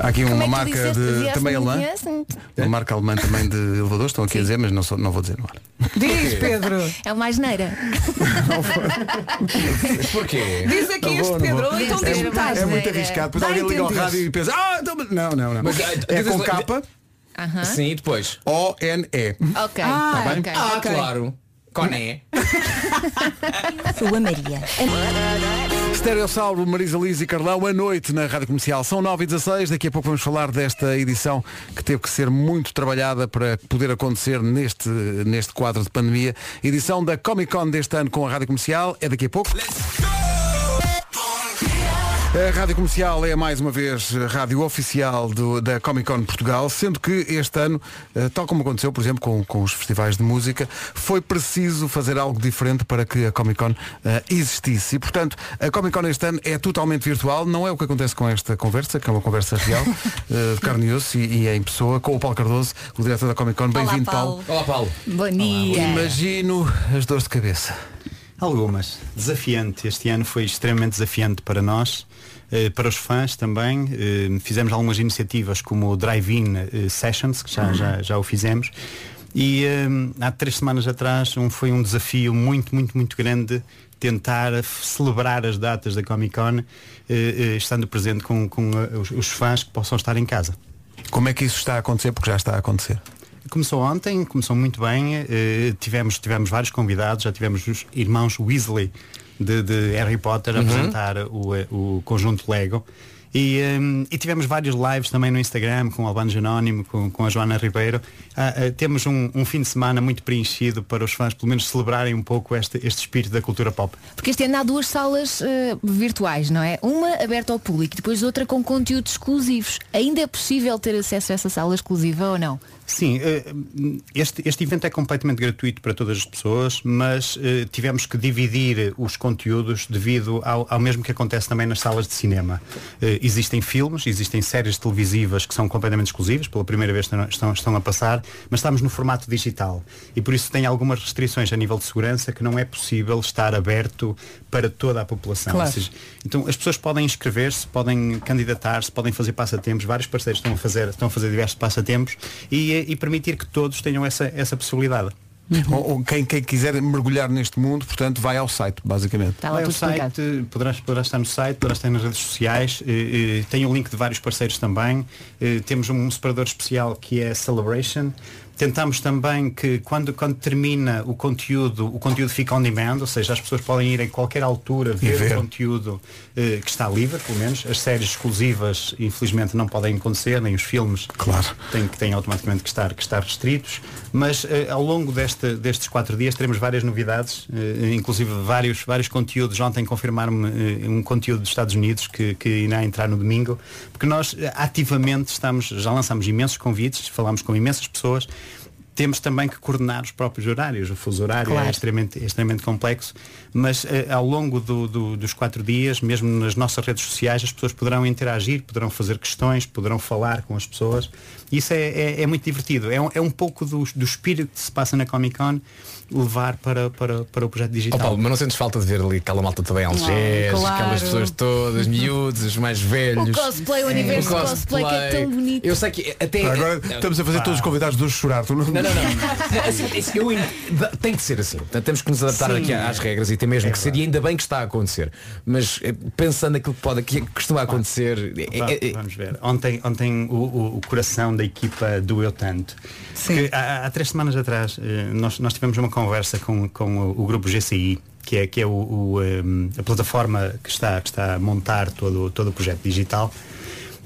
Há aqui
Como
uma
é que tu
marca
disseste?
de,
Disseste,
também
não
alemã.
disseste?
Uma marca alemã também de elevadores, estão aqui a dizer, mas não, sou- não vou dizer no ar.
Diz, Pedro.
É uma asneira.
Porquê?
Diz aqui
Não
este
vou, não
Pedro,
vou.
ou então
é,
diz
muito-
metade.
é muito arriscado. Depois
Dá
alguém
a
liga ao
entender.
rádio e pensa, ah, então, mas- não, não, não.
Mas, ah,
é
diz-
com capa.
Aham.
Sim, e depois?
O-N-E.
Ok.
Ah,
Tá bem?
ok,
Ah,
ok.
claro. Coné.
Sou a Maria.
Stereossauro, Marisa Liz e Carlão, à noite na Rádio Comercial. São 9 e 16 daqui a pouco vamos falar desta edição que teve que ser muito trabalhada para poder acontecer neste, neste quadro de pandemia. Edição da Comic Con deste ano com a Rádio Comercial, é daqui a pouco. A Rádio Comercial é mais uma vez a rádio oficial do- da Comic Con Portugal, sendo que este ano, eh, tal como aconteceu, por exemplo, com, com os festivais de música, foi preciso fazer algo diferente para que a Comic Con eh, existisse. E, portanto, a Comic Con este ano é totalmente virtual, não é o que acontece com esta conversa, que é uma conversa real, eh, de carne e osso e, e em pessoa, com o Paulo Cardoso, é o diretor da Comic Con. Bem-vindo, Paulo.
Olá, Paulo.
Bom dia.
Imagino as dores de cabeça.
Algumas. Desafiante. Este ano foi extremamente desafiante para nós, eh, para os fãs também. Eh, Fizemos algumas iniciativas como o Drive-In eh, Sessions, que já, já, já o fizemos. E eh, há três semanas atrás um, foi um desafio muito, muito, muito grande tentar f- celebrar as datas da Comic Con eh, eh, estando presente com, com eh, os, os fãs que possam estar em casa.
Como é que isso está a acontecer? Porque já está a acontecer.
Começou ontem, começou muito bem. eh, tivemos, tivemos vários convidados, já tivemos os irmãos Weasley de, de Harry Potter a
Uhum.
apresentar o, eh, o conjunto Lego. E, eh, e tivemos vários lives também no Instagram com o Albano Anónimo, com, com a Joana Ribeiro. Ah, ah, temos um, um fim de semana muito preenchido para os fãs pelo menos celebrarem um pouco este, este espírito da cultura pop.
Porque este ano há duas salas eh, virtuais, não é? Uma aberta ao público, depois outra com conteúdos exclusivos. Ainda é possível ter acesso a essa sala exclusiva ou não?
Sim, eh, este, este evento é completamente gratuito para todas as pessoas, mas eh, tivemos que dividir os conteúdos devido ao, ao mesmo que acontece também nas salas de cinema. Eh, Existem filmes, existem séries televisivas que são completamente exclusivas, pela primeira vez estão, estão- estão a passar, mas estamos no formato digital e por isso tem algumas restrições a nível de segurança que não é possível estar aberto para toda a população.
Claro.
Ou seja, então as pessoas podem inscrever-se, podem candidatar-se, podem fazer passatempos, vários parceiros estão a fazer, estão a fazer diversos passatempos e, eh, e permitir que todos tenham essa, essa possibilidade.
Ou, ou quem, quem quiser mergulhar neste mundo, portanto, vai ao site, basicamente.
Vai ao site, poderás, poderás estar no site, poderás estar nas redes sociais, eh, eh, tem o link de vários parceiros também, eh, temos um separador especial que é Celebration. Tentamos também que quando, quando termina o conteúdo, o conteúdo fica on demand, ou seja, as pessoas podem ir em qualquer altura ver,
ver.
o conteúdo eh, que está livre, pelo menos. As séries exclusivas, infelizmente, não podem acontecer, nem os filmes
claro.
têm, que têm automaticamente que estar, que estar restritos. Mas eh, ao longo deste- destes quatro dias teremos várias novidades, eh, inclusive vários, vários conteúdos. Ontem confirmaram-me eh, um conteúdo dos Estados Unidos que, que irá entrar no domingo, porque nós eh, ativamente estamos, já lançamos imensos convites, falámos com imensas pessoas. Temos também que coordenar os próprios horários, o fuso horário
Claro.
é extremamente, extremamente complexo, mas eh, ao longo do- do- dos quatro dias, mesmo nas nossas redes sociais, as pessoas poderão interagir, poderão fazer questões, poderão falar com as pessoas. Isso é, é- é muito divertido. É um, é um pouco do, do espírito que se passa na Comic Con levar para, para, para o projeto
Ó,
digital.
Paulo, mas não sentes falta de ver ali aquela malta também algés,
claro.
aquelas pessoas todas, miúdos, os mais velhos.
O cosplay, o universo do cosplay, que é tão bonito.
Eu sei que até. é-
Agora estamos a fazer todos os convidados dos chorar. Tu não,
Não, não,
(laughs)
(laughs)
não. Assim, isso eu en- da- tem que ser assim. Portanto, Temos que nos adaptar
Sim.
aqui às regras e tem mesmo
É
que ser. E ainda bem que está a acontecer. Mas eh, pensando naquilo que pode que costuma acontecer. é-
Va-
é- é-
Ah, Vamos ver. Ontem, ontem o, o- o coração da equipa doeu tanto. Porque Há, há três semanas atrás eh, nós, nós tivemos uma conversa com, com o, o grupo GCI, que é, que é o- o, eh, a plataforma que está, que está a montar todo, todo o projeto digital.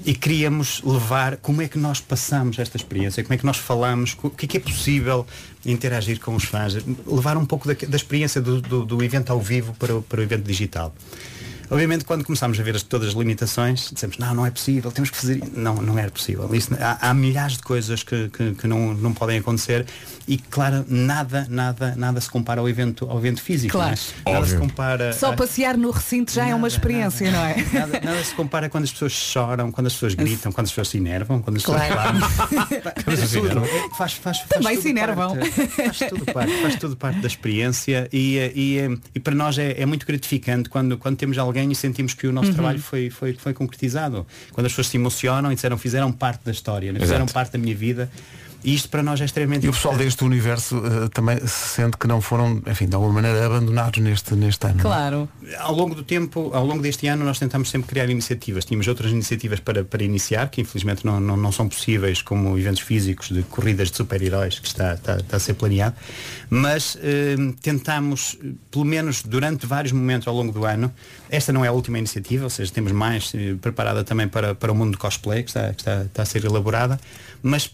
e queríamos levar como é que nós passamos esta experiência, como é que nós falamos, co- o que é que é possível interagir com os fãs, levar um pouco da, da experiência do, do- do evento ao vivo para, o- para o evento digital. Obviamente, quando começámos a ver as- todas as limitações, dissemos, não, não é possível, temos que fazer. i-". Não, não era possível. Isso- há, há milhares de coisas que, que- que não, não podem acontecer e, claro, nada, nada, nada se compara ao evento, ao evento físico.
Claro.
não é? Nada se
Óbvio.
compara.
Só
a-
passear no recinto já é uma experiência, não é?
Nada, nada se compara quando as pessoas choram, quando as pessoas gritam, quando as pessoas se enervam, quando as pessoas
Claro.
choram.
(laughs)
tudo. É, Faz, faz, faz
Também
tudo
se enervam.
tudo parte, faz tudo parte da experiência e, eh, e, eh, e para nós é, é muito gratificante quando, quando temos alguém e sentimos que o nosso
Uhum.
trabalho foi, foi, foi concretizado. Quando as pessoas se emocionam e disseram fizeram parte da história, né?
Exato.
fizeram parte da minha vida. E isto para nós é extremamente
E o pessoal deste universo eh, também se sente que não foram, enfim, de alguma maneira abandonados neste, neste ano. é?
Claro.
Ao longo do tempo, ao longo deste ano, nós tentámos sempre criar iniciativas. Tínhamos outras iniciativas para, para iniciar, que infelizmente não, não, não são possíveis, como eventos físicos de corridas de super-heróis, que está, está, está a ser planeado. Mas eh, tentámos, eh, pelo menos durante vários momentos ao longo do ano, esta não é a última iniciativa, ou seja, temos mais eh, preparada também para, para o mundo do cosplay, que está, que está, está a ser elaborada, mas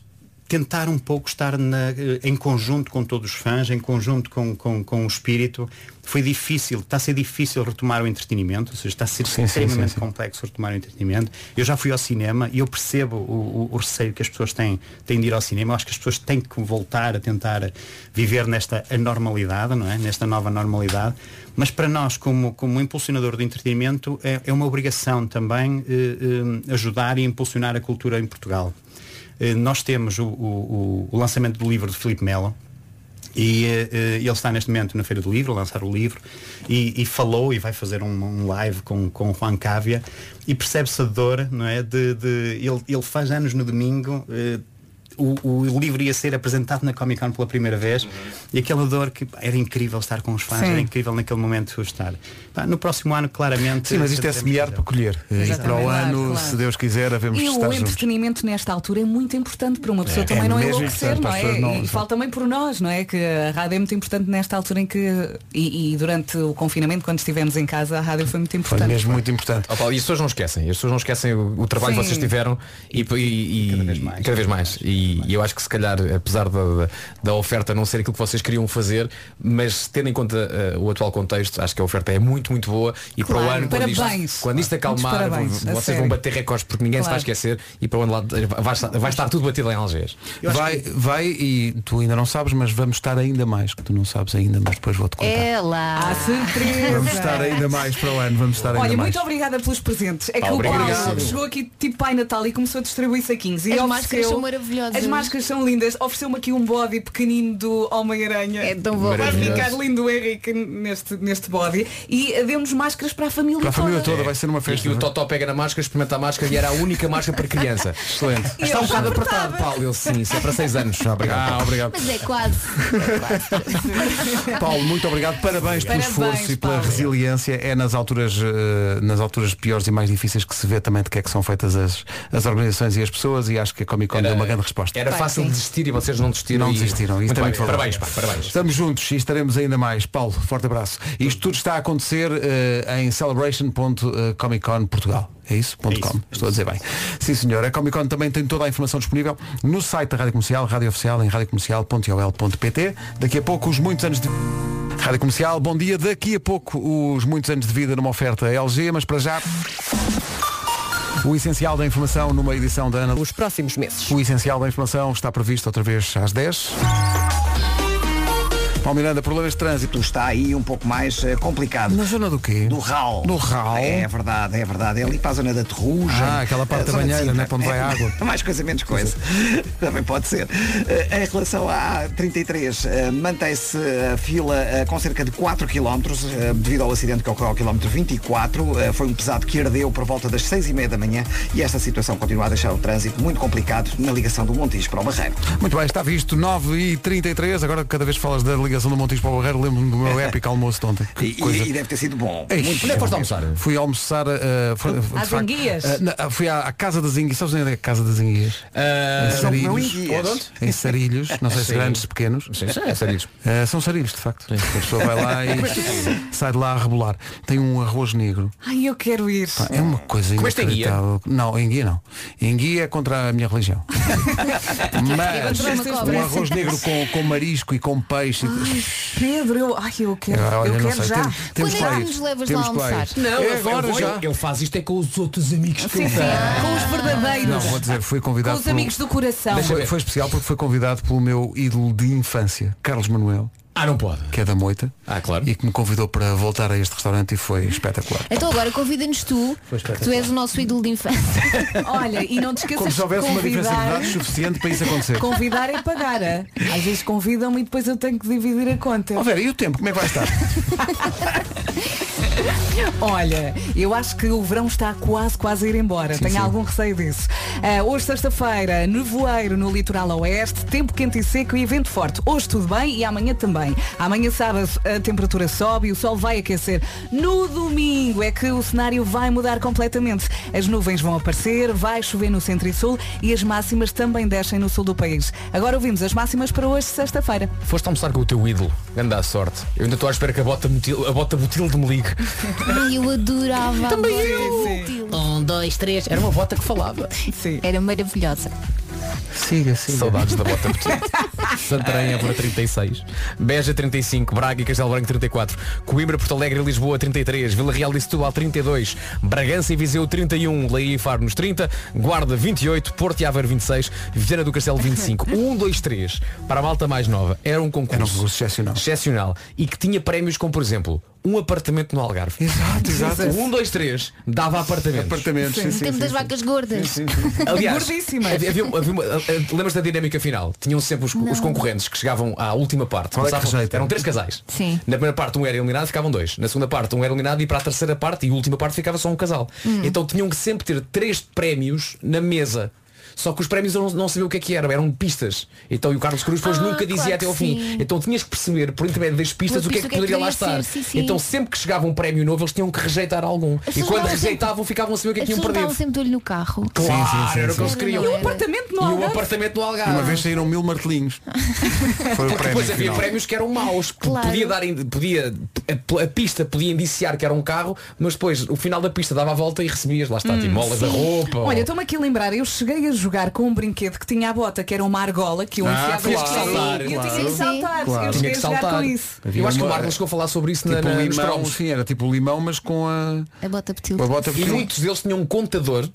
tentar um pouco estar na- eh, em conjunto com todos os fãs, em conjunto com, com, com o espírito. Foi difícil, está a ser difícil retomar o entretenimento, ou seja, está a ser
Sim, sim,
extremamente
sim, sim.
complexo retomar o entretenimento. Eu já fui ao cinema e eu percebo o, o- o receio que as pessoas têm, têm de ir ao cinema. Eu acho que as pessoas têm que voltar a tentar viver nesta anormalidade, não é? Nesta nova normalidade. Mas para nós, como, como impulsionador do entretenimento, é, é uma obrigação também eh, eh, ajudar e impulsionar a cultura em Portugal. Eh, nós temos o, o- o- o lançamento do livro de Filipe Melo e eh, eh, ele está neste momento na Feira do Livro, a lançar o livro, e, e falou e vai fazer um, um live com, com o Juan Cávia e percebe-se a dor, não é? De, de- ele, ele faz anos no domingo. eh, o, o livro ia ser apresentado na Comic Con pela primeira vez e aquela dor que pá, era incrível estar com os fãs,
Sim.
era incrível naquele momento estar. Pá, no próximo ano, claramente.
Sim, mas isto é
teremos-
semear para colher. E
Exatamente.
para o
Claro,
ano,
claro.
se Deus quiser, havemos de
E o
estar juntos.
entretenimento nesta altura é muito importante para uma pessoa
É,
também
é
não
mesmo
enlouquecer,
importante para
não
as
é?
pessoas não-
E fala também por nós, não é? Que a rádio é muito importante nesta altura em que. E, e durante o confinamento, quando estivemos em casa, a rádio foi muito importante.
muito importante.
e as pessoas não esquecem, as pessoas não esquecem o, o trabalho que
Sim.
vocês tiveram e, e- e- cada vez mais. E, e eu acho que se calhar, apesar da, da- da oferta não ser aquilo que vocês queriam fazer, mas tendo em conta eh, o atual contexto, acho que a oferta é muito, muito boa e para o
Claro,
ano, quando
parabéns.
isto, quando isto acalmar,
Muitos parabéns,
vo-
a
vocês
sério.
vão bater recordes porque ninguém
Claro.
se vai esquecer e para o ano lá vai, estar- vai estar tudo batido em Algés.
Vai,
é
vai e tu ainda não sabes, mas vamos estar ainda mais, que tu não sabes ainda, mas depois vou-te contar.
É lá.
surpresa.
Vamos estar ainda mais para o ano, vamos estar ainda
É Olha,
mais.
muito obrigada pelos presentes. É que
Ah,
o Paulo
obrigado.
chegou aqui tipo Pai Natal e começou a distribuir saquinhos. E
As
ofereceu-
máscaras são maravilhosas.
As máscaras são lindas. Ofereceu-me aqui um body pequenino do Homem-Aranha. É tão
bom.
Vai ficar
Maravilhoso.
lindo o Henrique neste, neste body. E eh, deu-nos máscaras para a família
Para a
toda.
família toda vai ser uma festa. é?
E o Totó pega na máscara, experimenta a máscara e era a única máscara para
(laughs)
criança. Excelente.
E
Está
eu
um bocado
já
apertado, Paulo. Ele sim, isso é para 6 anos. Ah, Obrigado.
Ah, obrigado.
Mas é quase.
Paulo, muito obrigado. Parabéns,
Parabéns,
pelo esforço e pela
Paulo.
resiliência. É nas alturas, eh, nas alturas piores e mais difíceis que se vê também de que é que são feitas as, as organizações e as pessoas e acho que a Comic Con deu uma grande resposta.
Era fácil desistir e vocês não desistiram.
Não
e-
desistiram. Isso
Muito
é
bem.
muito valor.
Parabéns, pá, parabéns.
Estamos juntos e estaremos ainda mais. Paulo, forte abraço. Isto tudo está a acontecer eh, em celebration.comiccon Portugal. É isso? Ponto .com. Estou a dizer bem. Sim, senhor. A Comic Con também tem toda a informação disponível no site da Rádio Comercial, Rádio Oficial, em radiocomercial.ol.pt. Daqui a pouco, os muitos anos de... Rádio Comercial, bom dia. Daqui a pouco, os muitos anos de vida numa oferta LG, mas para já... O essencial da informação numa edição da Ana. Os próximos meses. O essencial da informação está previsto outra vez às 10. Paulo Miranda, problemas de trânsito.
Está aí um pouco mais eh, complicado.
Na zona do quê?
Do RAL. Do RAL? É verdade, é verdade. É ali para a zona da Terrugem.
Ah, aquela parte
Eh,
da
zona de
banheira,
Sintra. É.
né, para onde vai a água.
(laughs) mais coisa, menos coisa.
(laughs)
Também pode ser. Eh, Em relação à 33, eh, mantém-se a fila eh, com cerca de 4 km, eh, devido ao acidente que ocorreu ao quilómetro 24. Eh, Foi um pesado que ardeu por volta das 6 e meia da manhã e esta situação continua a deixar o trânsito muito complicado na ligação do Montijo para o Barreiro.
Muito bem, está visto 9 e 33 agora cada vez falas da ligação ligação do Montijo para o Barreiro, lembro-me
(laughs)
do meu épico almoço de ontem.
E, e deve ter sido bom.
Ei,
Muito
onde é que
bom.
foste almoçar? Fui almoçar. eh, foi- de
Às
facto,
Enguias?
eh, na- fui à, à Casa das Enguias. Sabes onde é a Casa das Enguias? em
Ah, São não
Sarilhos.
enguias. Onde?
Em Sarilhos. Não sei se
Sim.
grandes, se pequenos.
Sim, sim, é Sarilhos.
Eh, são Sarilhos, de facto. A pessoa vai lá
(laughs)
e
Mas tem-
sai de lá a rebolar. Tem um arroz negro.
Ai, eu quero ir.
Pá, é uma coisa
Comeste enguia? (laughs)
inacreditável. Não, enguia não. Enguia é contra a minha
(laughs)
religião. Mas
Contra uma cobra.
um arroz negro com, com marisco e com peixe.
Ai, Pedro, eu, ai, eu quero,
Ah, olha,
eu
não
quero
sei,
já.
temos- temos Quando é que para ir, nos levas temos lá para ir. almoçar? Não, É eu vou, agora eu vou. já. Assim.
Ele faz isto é com os outros amigos que
Sim,
ele
sim.
tem.
Com os verdadeiros.
Não, vou dizer, fui convidado
Com os
por um-
amigos do coração.
Foi, foi especial porque foi convidado pelo meu ídolo de infância, Carlos Manuel.
Ah, não pode.
Que é da Moita. Ah, claro. E que me convidou para voltar a este restaurante e foi espetacular.
Então agora convida-nos tu,
Foi
que tu és o nosso ídolo de infância.
Olha, e não
é
te esqueças
Como se houvesse
de
uma diferença de
convidar.
idade suficiente para isso acontecer.
Convidar é pagar. ah. Às vezes convidam-me e depois eu tenho que dividir a conta.
Ó Vera, e o tempo, como é que vai estar?
Olha, eu acho que o verão está quase, quase a ir embora. Tenho algum receio disso. Ah, hoje, sexta-feira, nevoeiro no litoral oeste, tempo quente e seco e vento forte. Hoje tudo bem e amanhã também. Amanhã, sábado, a temperatura sobe e o sol vai aquecer. No domingo é que o cenário vai mudar completamente. As nuvens vão aparecer, vai chover no centro e sul e as máximas também descem no sul do país. Agora ouvimos as máximas para hoje, sexta-feira.
Foste almoçar com o teu ídolo. Grande à sorte. Eu ainda estou à espera que a bota, mutil, a bota butilde me ligue.
Ai, eu adorava.
Também
eu.
Um, dois, três. Era uma bota que falava.
Sim.
Era maravilhosa.
Siga, siga.
Saudades da bota butilde. Santarém, é Évora 36, Beja 35, Braga e Castelo Branco 34, Coimbra, Porto Alegre e Lisboa 33, Vila Real e Setúbal 32, Bragança e Viseu 31, Leiria e Faro nos 30, Guarda 28, Porto e Aveiro 26, Viana do Castelo 25. 1, 2, 3, Um, para a malta mais nova, era um concurso,
excepcional.
excepcional e que tinha prémios como, por exemplo, um apartamento no Algarve.
Exato, exato.
1, 2, 3, dava apartamentos.
Apartamentos,
Sim, no tempo das vacas gordas.
Aliás,
Gordíssimas.
havia- havia uma- havia uma- ah, ah, lembras da dinâmica final? Tinham sempre os, os concorrentes que chegavam à última parte.
Qual é que
Começavam-
rejeita?
eram três casais.
Sim.
Na primeira parte um era eliminado, ficavam dois. Na segunda parte um era eliminado e para a terceira parte e última parte ficava só um casal.
Hum.
Então tinham que sempre ter três prémios na mesa. Só que os prémios eu não, não sabia o que é que eram, eram pistas. Então e o Carlos Cruz depois
Ah,
nunca
claro
dizia até ao
que
fim.
sim.
Então tinhas que perceber por intermédio das pistas
Pela
o que é
pista,
que
o que é que
poderia lá
poderia
estar.
ser, sim, sim.
Então sempre que chegava um prémio novo eles tinham que rejeitar algum.
As
E
pessoas
quando
estavam sempre-
rejeitavam ficavam a saber o que é
As
que iam
pessoas
perder.
estavam sempre de olho no carro.
Claro, Ah, era o que eles
Sim, não era.
queriam.
no
E o
Algarve.
apartamento no Algarve.
Uma vez saíram mil martelinhos. Foi o
Porque
prémio
depois Ah, havia
final.
prémios que eram maus. P-
Claro.
Podia dar, ind- podia, a, a pista podia indiciar que era um carro, mas depois o final da pista dava a volta e recebias, lá está,
Hum,
tipo, molas da
sim.
roupa. ou-
Olha, estou-me aqui a lembrar, eu cheguei a jogar com um brinquedo que tinha a bota, que era uma argola, que eu
Ah,
enfiava
tinhas
as
que
coisas
saltar,
e
claro.
eu tinha que
Sim,
saltar, eu
Tinha
cheguei
que
a jogar
saltar.
com isso.
Eu acho que o Marcos chegou a falar sobre isso na-
tipo
na- nos
limão,
cromos.
Sim, era tipo limão, mas com a...
A bota
com a bota
e
por-
muitos deles tinham um contador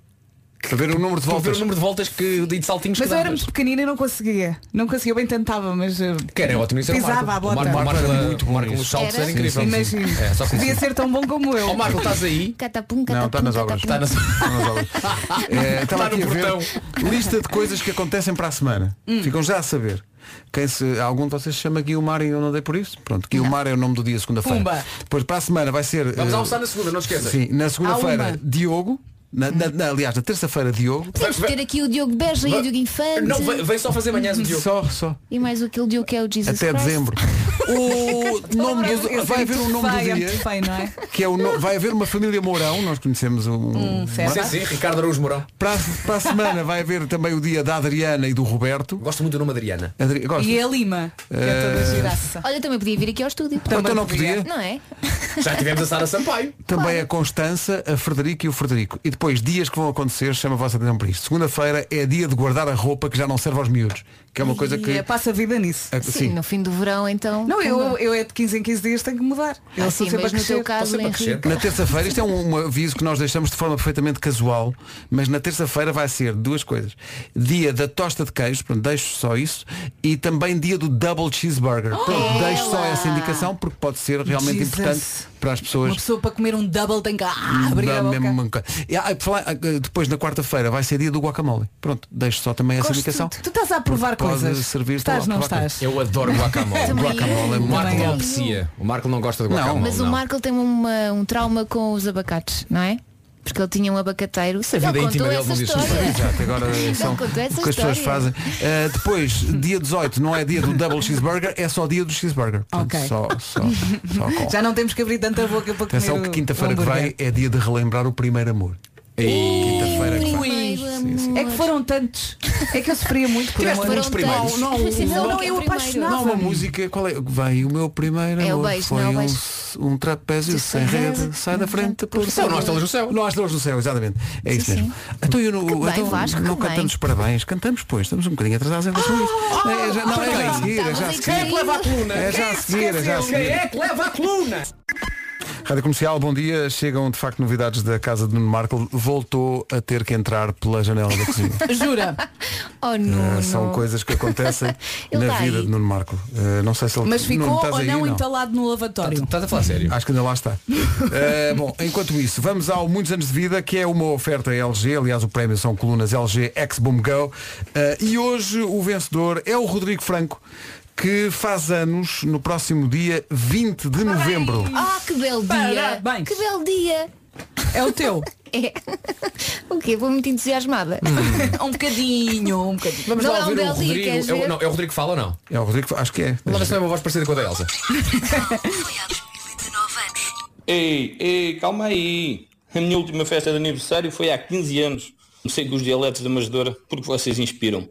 para ver o número de
Para
voltas.
ver o número de voltas que, de saltinhos
Mas
que
eu era
davas.
muito pequenina e não conseguia. Não conseguia, eu bem tentava, mas eh,
Que era ótimo, isso era o Marco.
pisava a bota.
O Marco, o Marco,
Marco era
era
muito
muito
bom
o Marco
nisso.
nos saltos
Era?
era incrível.
Sim, sim, sim.
É, só que
Devia
sim.
ser tão bom como eu.
Ó Marco, estás aí?
Catapum,
Um
Não, está
catapum,
nas obras.
catapum.
(laughs)
É, estava
Está
aqui
Tá no
a ver
portão. Hum.
lista de coisas que acontecem para a semana. Ficam já a saber. Quem se, algum de vocês se chama Guilmar e eu não dei por isso. Pronto, Guilmar é o nome do dia, segunda-feira.
Pumba.
Depois para a semana vai ser.
Vamos
eh,
almoçar na segunda, Hum. não esqueça.
Sim, na
Há
segunda-feira,
uma.
Diogo. Na, na- na- aliás, na terça-feira, Diogo.
Temos que ter aqui o Diogo Beja e o Diogo Infante.
Não, vem, vem só fazer manhãs o Diogo.
Só, só.
E mais aquele Diogo que é o Jesus
Até
Christ. (laughs)
dezembro. O nome do, vai
um
haver o nome do
Feio,
dia.
muito feio, não é?
Que é o no- vai haver uma família Mourão, nós conhecemos um.
Hum, certo.
Sim, sim, Ricardo Araújo Mourão.
Para, a- para a semana vai haver também o dia da Adriana e do Roberto.
Gosto muito do nome Adriana.
Adri... gosto.
E a Lima, que é toda
Eh,
giraça.
Olha, também podia vir aqui ao estúdio.
Também não podia.
Não é?
Já tivemos a Sara Sampaio.
Também a Constança, a Frederico e o Frederico. E depois, dias que vão acontecer, chama a vossa atenção para isto. Segunda-feira é dia de guardar a roupa que já não serve aos miúdos. Que é uma coisa
E
que.
eh, passa a vida nisso.
Ah,
Sim, no fim do verão então.
Não, eu, eu é de 15 em 15 dias tenho que mudar. Eu
Ah,
sou
sim,
sempre a
mas no
crescer.
teu caso,
Estou sempre a
Henrique.
crescer.
Na terça-feira, isto é um, um aviso que nós deixamos de forma perfeitamente casual, mas na terça-feira vai ser duas coisas. Dia da tosta de queijo, pronto, deixo só isso, e também dia do double cheeseburger. Pronto,
É.
deixo só é assim. essa indicação porque pode ser realmente
Oh, Jesus.
importante para as pessoas.
Uma pessoa para comer um double tem que ah, abrir a
Dá
boca.
mesmo uma co- E, ah, por falar, ah, depois na quarta-feira vai ser dia do guacamole. Pronto, deixo só também essa
Gosto
indicação.
de- Tu estás a provar
Porque pode
coisas.
servir
estás,
para-
não
para-
estás.
Eu adoro guacamole.
Também
Guacamole é
eu.
O Marco
Também
não
eu.
aprecia. O Marco não gosta de guacamole.
Mas o
não.
Marco ele tem uma- um trauma com os abacates, não é? Porque ele tinha um abacateiro.
A vida
ele
íntima
contou
dele
essa
não diz
história.
Exato, agora
Ele
são o que
contou
as
essa
pessoas
história.
fazem. Uh, depois, dia 18 não é dia do double cheeseburger, é só dia do cheeseburger. Portanto,
Ok.
Só, só, só com.
Já não temos que abrir tanta boca para comer
Atenção
o
que quinta-feira que
hambúrguer.
vem é dia de relembrar o primeiro amor. Quinta-feira que
Ui,
vem.
É que foram tantos. É que eu sofria muito por
Tiveste
amor.
muitos primeiros.
Não, não,
Sim,
não,
não,
não,
que é
eu
o primeiro.
apaixonava.
Não, uma música, qual é? Vem, o meu primeiro
É o
amor
beijo,
foi
não é o
um,
beijo.
um trapézio sem rede, sai da frente por
São nós estrelas
no céu. Nós estrelas no céu, exatamente. É isso mesmo. Então, eu não,
Que bem,
então,
Vasco,
não
que bem.
cantamos parabéns, cantamos, pois, estamos um bocadinho atrasados em relação a isso.
Ah,
É, já, não, é já a seguir, é já a seguir. É já a seguir, é já a seguir.
leva a coluna?
Rádio Comercial, bom dia. Chegam de facto novidades da casa de Nuno Marco. Voltou a ter que entrar pela janela da (laughs) cozinha.
(laughs)
Jura?
oh,
Eh,
não.
são coisas que acontecem (laughs)
Ele
na
tá
vida
aí.
de Nuno Marco. Eh, não sei se ele
Mas
Nuno,
ficou
estás
ou
aí?
não entalado no
Tá,
lavatório?
Estás a falar sério? Acho que ainda lá
(laughs)
está. Eh, bom, enquanto isso, vamos ao Muitos Anos de Vida, que é uma oferta LG. Aliás, o prémio são colunas LG X Boom Go. Eh, e hoje o vencedor é o Rodrigo Franco, que faz anos no próximo dia 20 de novembro.
Ah, que belo dia!
Parabéns.
Que belo dia!
É o teu?
(laughs) É. O quê? Vou muito entusiasmada. (laughs)
um bocadinho, um bocadinho.
Vamos
Não
lá
é
ouvir
o
o Rodrigo.
Rodrigo. É o, não, é o Rodrigo que fala ou não?
É o Rodrigo, que fa- acho que é.
Lá vai ser uma voz parecida com a da Elsa.
Ei, ei, calma aí. A minha última festa de aniversário foi há 15 anos. Comecei com os dialetos da Majadora porque vocês inspiram.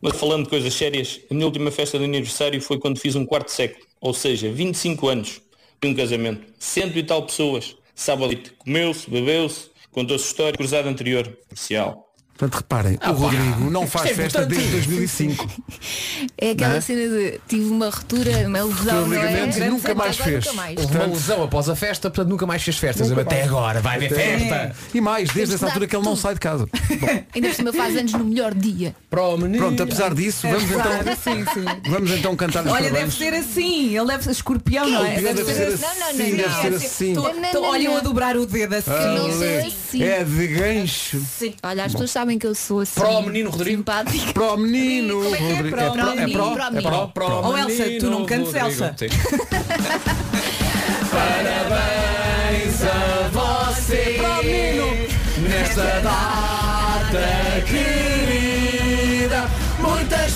Mas falando de coisas sérias, a minha última festa de aniversário foi quando fiz um quarto século, ou seja, 25 anos de um casamento. Cento e tal pessoas. Sábado à noite. comeu-se, bebeu-se, contou-se história cruzada anterior. Comercial.
Portanto, reparem,
Ah,
o Rodrigo não faz
Isto é
festa
importante.
desde 2005.
É aquela
Não é?
cena de tive uma ruptura, uma lesão. não é?
ligamentos e
Grande
nunca mais
agora nunca
fez.
mais.
Houve uma lesão após a festa, portanto nunca mais fez festas.
Nunca
Até
mais.
agora, vai haver
Até-
festa.
E mais,
Temos
desde
que
essa
dar
altura que ele não sai de casa.
Ainda por cima faz anos no melhor dia.
Pronto, apesar disso,
É
vamos então,
verdade, sim, sim.
vamos então cantar os
Olha, deve
parabéns.
ser assim. Ele deve ser escorpião,
Ele
não é?
deve ser assim, deve ser assim.
Tô-
Não, não,
tô-
não,
Olha eu
não.
a dobrar o dedo assim.
Ah, é.
assim.
É de gancho.
Sim. Olha, as
Bom.
pessoas sabem que eu sou assim.
Pró menino
Rodrigo. Simpática.
Pro menino
Como é que é?
Rodrigo.
Pró
pró-
menino,
pró-
pró
é
menino.
pró- pró-
Oh, Elsa,
menino
tu não cantes, Elsa.
Sim.
Parabéns a você nesta data querida. Muitas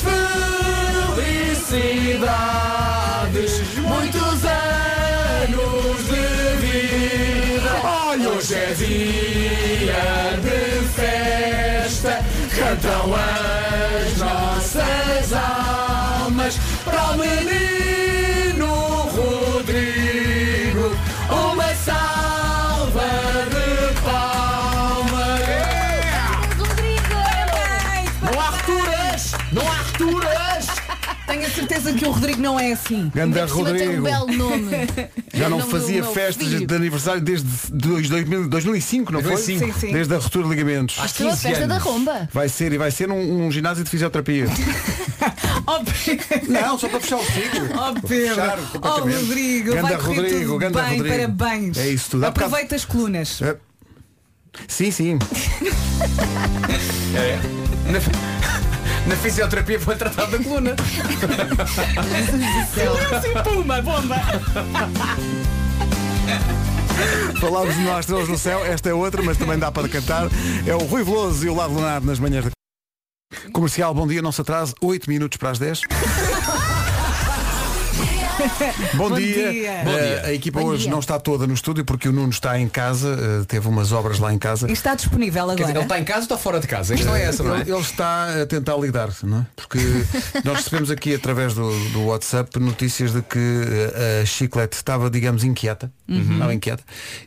felicidades, muitos anos de vida. Olha, hoje é dia de festa. Cantam as nossas almas para o menino Rodrigo. Uma salva de palmas.
Não há returas!
Não há returas!
Tenho a certeza que o Rodrigo não é assim.
Ganda Ainda por cima tem um Rodrigo. belo
nome.
(laughs) Já não fazia festas de aniversário desde dois- 2000 2005, não foi?
2005. Sim, sim.
Desde a ruptura de ligamentos.
Há Isto é uma 15 festa anos. da romba.
Vai ser, e vai ser num, num ginásio de (laughs) fisioterapia. Não, só para fechar o ciclo.
Oh,
Para
Pedro.
fechar
oh,
completamente.
Rodrigo.
Ganda
vai correr
Rodrigo,
tudo
ganda
bem,
Rodrigo.
parabéns.
É isso tudo. Há bocado-
Aproveita as colunas.
É. Sim, sim.
É. Na, fi- na fisioterapia foi tratado da coluna.
Sim, puma, bomba.
Falámos de nós estrelas no céu, esta é outra, mas também dá para cantar. É o Rui Veloso e o Lado Lunar nas manhãs da Comercial, bom dia, não se atrase, 8 minutos para as 10. Bom, dia. Eh,
Bom dia.
a equipa
Bom
hoje
dia.
não está toda no estúdio porque o Nuno está em casa, eh, teve umas obras lá em casa.
E está disponível agora.
em casa ou está fora de casa?
A questão é essa, não é?
Ele, ele está a tentar lidar, não é? Porque nós recebemos aqui através do, do WhatsApp notícias de que eh, a Chiclete estava, digamos, inquieta,
Uhum.
não inquieta,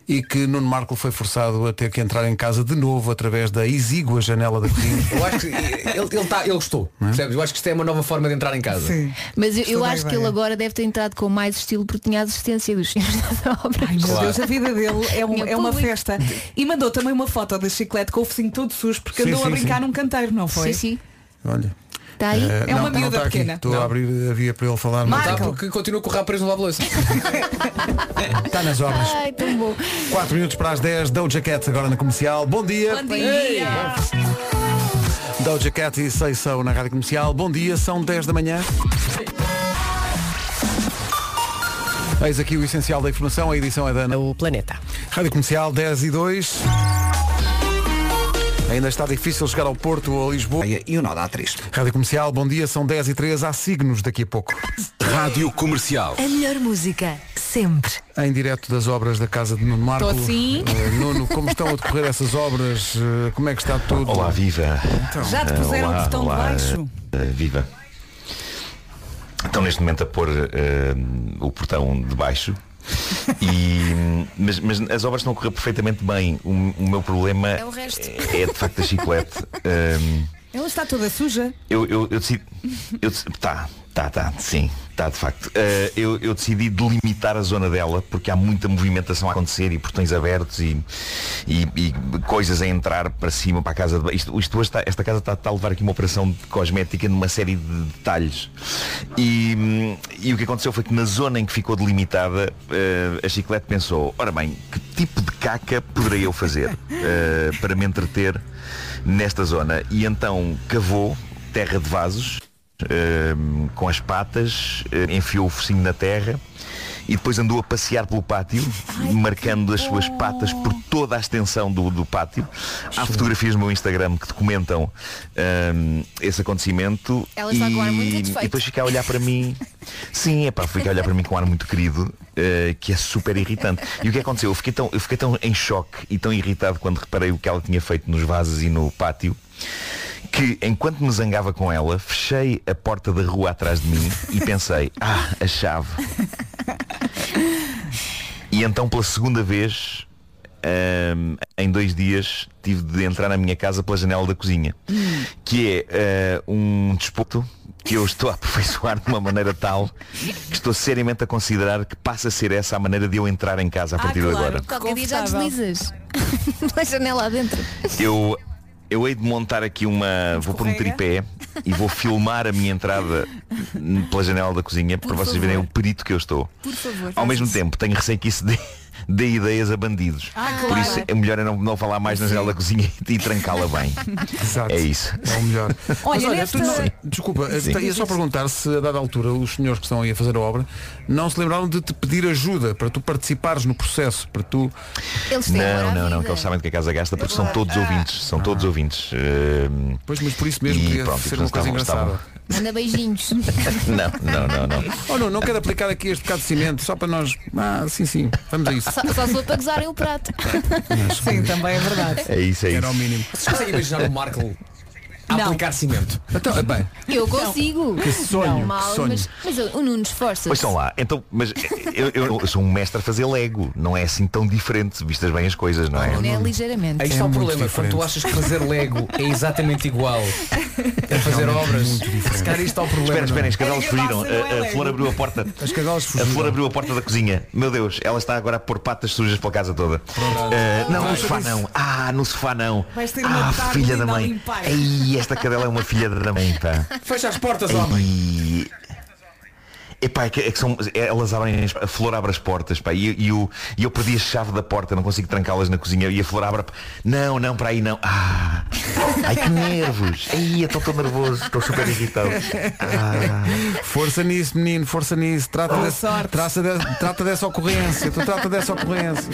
e que Nuno Marco foi forçado a ter que entrar em casa de novo através da exígua janela da cozinha.
Eu acho que ele, ele, tá, ele gostou. Percebes? Eu acho que isto é uma nova forma de entrar em casa.
Mas eu,
Isto
eu
bem,
acho que
bem.
ele agora deve ter entrado com mais estilo porque tinha a assistência dos senhores das obras.
Meu
Claro.
Deus, a vida dele é, um-
Tinha
é uma
público.
festa. E mandou também uma foto da chiclete com o focinho todo sujo porque
Sim,
andou a
sim,
brincar
sim.
num canteiro, não foi?
Sim, sim.
Olha.
Está aí?
eh,
É uma
não, não
miúda
está aqui.
pequena.
Estou a
Não.
abrir a via para ele falar.
Não
mas
está
está-
porque continua com o rabo preso no lavo-louça.
Está tá, nas obras.
Ai, tão bom.
4 minutos para as 10, Doja Cat agora na comercial. Bom
é
dia.
Bom dia.
Doja Cat e Seição na rádio comercial. Bom dia, são 10 da manhã. Eis aqui o essencial da informação, a edição é da Ana.
O Planeta.
Rádio Comercial 10 e 2. Ainda está difícil chegar ao Porto ou a Lisboa.
E o Noda A3.
Rádio Comercial, bom dia, são 10 e 3 há signos daqui a pouco. Rádio Comercial.
A melhor música, sempre.
Em direto das obras da Casa de Nuno Marco.
Tô sim.
Eh, Nuno, como estão a decorrer essas obras? Eh, Como é que está tudo?
Olá, viva.
Então.
Já te puseram
Olá,
o botão de
olá,
baixo?
eh, viva. Estão neste momento a pôr eh, o portão de baixo. E, (laughs) mas, mas as obras estão a correr perfeitamente bem. O, o meu problema
É o resto.
é de facto a chiclete. (laughs) Ehm,
Ela está toda suja.
eu, eu, eu decidi. Eu, dec- tá, tá, tá, sim, tá de facto. Eh, eu, eu decidi delimitar a zona dela porque há muita movimentação a acontecer e portões abertos e, e, e coisas a entrar para cima, para a casa de ba- isto, isto hoje está- Esta casa está, está a levar aqui uma operação de cosmética numa série de detalhes. E, hum, e o que aconteceu foi que na zona em que ficou delimitada, eh, a chiclete pensou, ora bem, que tipo de caca poderei eu fazer eh, para me entreter nesta zona? E então cavou terra de vasos ehm, com as patas, eh, enfiou o focinho na terra e depois andou a passear pelo pátio, marcando as suas patas por toda a extensão do, do pátio. Há fotografias no meu Instagram que documentam ehm, esse acontecimento
Ela
e,
está com um ar muito
e
satisfeito.
depois fica a olhar para mim. Sim, é pá, fica a olhar para mim com um ar muito querido, eh, que é super irritante. E o que aconteceu? Eu fiquei, tão, eu fiquei tão em choque e tão irritado quando reparei o que ela tinha feito nos vasos e no pátio que enquanto me zangava com ela, fechei a porta da rua atrás de mim e pensei, ah, a chave. E então pela segunda vez, ahm, em dois dias, tive de entrar na minha casa pela janela da cozinha, que é ah, um desporto que eu estou a (laughs) aperfeiçoar de uma maneira tal que estou seriamente a considerar que passa a ser essa a maneira de eu entrar em
Ah,
casa a partir de agora.
Qualquer dia já (laughs) deslizas. Na janela dentro.
Eu, eu hei de montar aqui uma. Vou pôr um tripé e vou filmar a minha entrada n- pela janela da cozinha para vocês verem o perito que eu estou.
Por favor.
Ao mesmo tempo, tenho receio que isso dê, (laughs) dê ideias a bandidos.
Ah,
Por
claro.
isso é melhor eu não, não falar mais na janela da cozinha (laughs) e
(laughs)
trancá-la bem. É isso.
É o melhor.
Olha,
Mas olha,
nesta-
tu não- desculpa,
Sim.
eu ia só perguntar se a dada altura os senhores que estão aí a fazer a obra não se lembraram de te pedir ajuda para tu participares no processo, para tu.
Eles
Não, não, não, que eles sabem do que a casa gasta porque são todos ouvintes. São todos ouvintes. Ehm,
Ah. Pois, mas por isso mesmo
e
podia
pronto,
ser
e,
uma
portanto,
coisa engraçada.
Manda
(laughs)
beijinhos.
Não, (laughs) não, não, não.
Oh não, não quero aplicar aqui este bocado de cimento, só para nós. Ah, sim, sim, vamos a isso.
Só, só se for para gozarem o prato.
Sim, também é verdade.
É isso, é
Era o mínimo.
Vocês conseguem imaginar o Marco a aplicar cimento?
Então, bem,
Eu consigo.
Que sonho,
Não,
que
mal,
sonho.
Mas, mas o Nuno esforça.
Pois estão lá, então, mas eu, eu- eu sou um mestre a fazer Lego, não é assim tão diferente, vistas bem as coisas, não é?
Né, ligeiramente.
Aí está o problema, quando tu achas que fazer Lego é exatamente igual
É
a fazer obras, se calhar isto está o problema.
Espera, espera,
não é?
as cadelas fugiram. A, a flor abriu a porta. A flor abriu a porta da cozinha. Meu Deus, ela está agora a pôr patas sujas pela casa toda. Ah, não, no
Vais
sofá
ter
não. Ah, no sofá não.
Vais ter uma
Ah,
tarde
filha da
linda a
mãe.
limpar.
Ei, esta cadela é uma filha da mãe, pá.
Fecha as portas,
Ei.
homem.
Epá, é que, é que são, é- elas abrem, as- a flor abre as portas, pá, e, e o- e eu perdi a chave da porta, não consigo trancá-las na cozinha, e a flor abre, não, não, para aí não. Ah, ai que nervos, então ai, eu estou tão nervoso, estou super irritado.
(laughs) Força nisso, menino, força nisso. Trata,
Boa
desse- traça de- trata dessa ocorrência. Tu trata dessa ocorrência.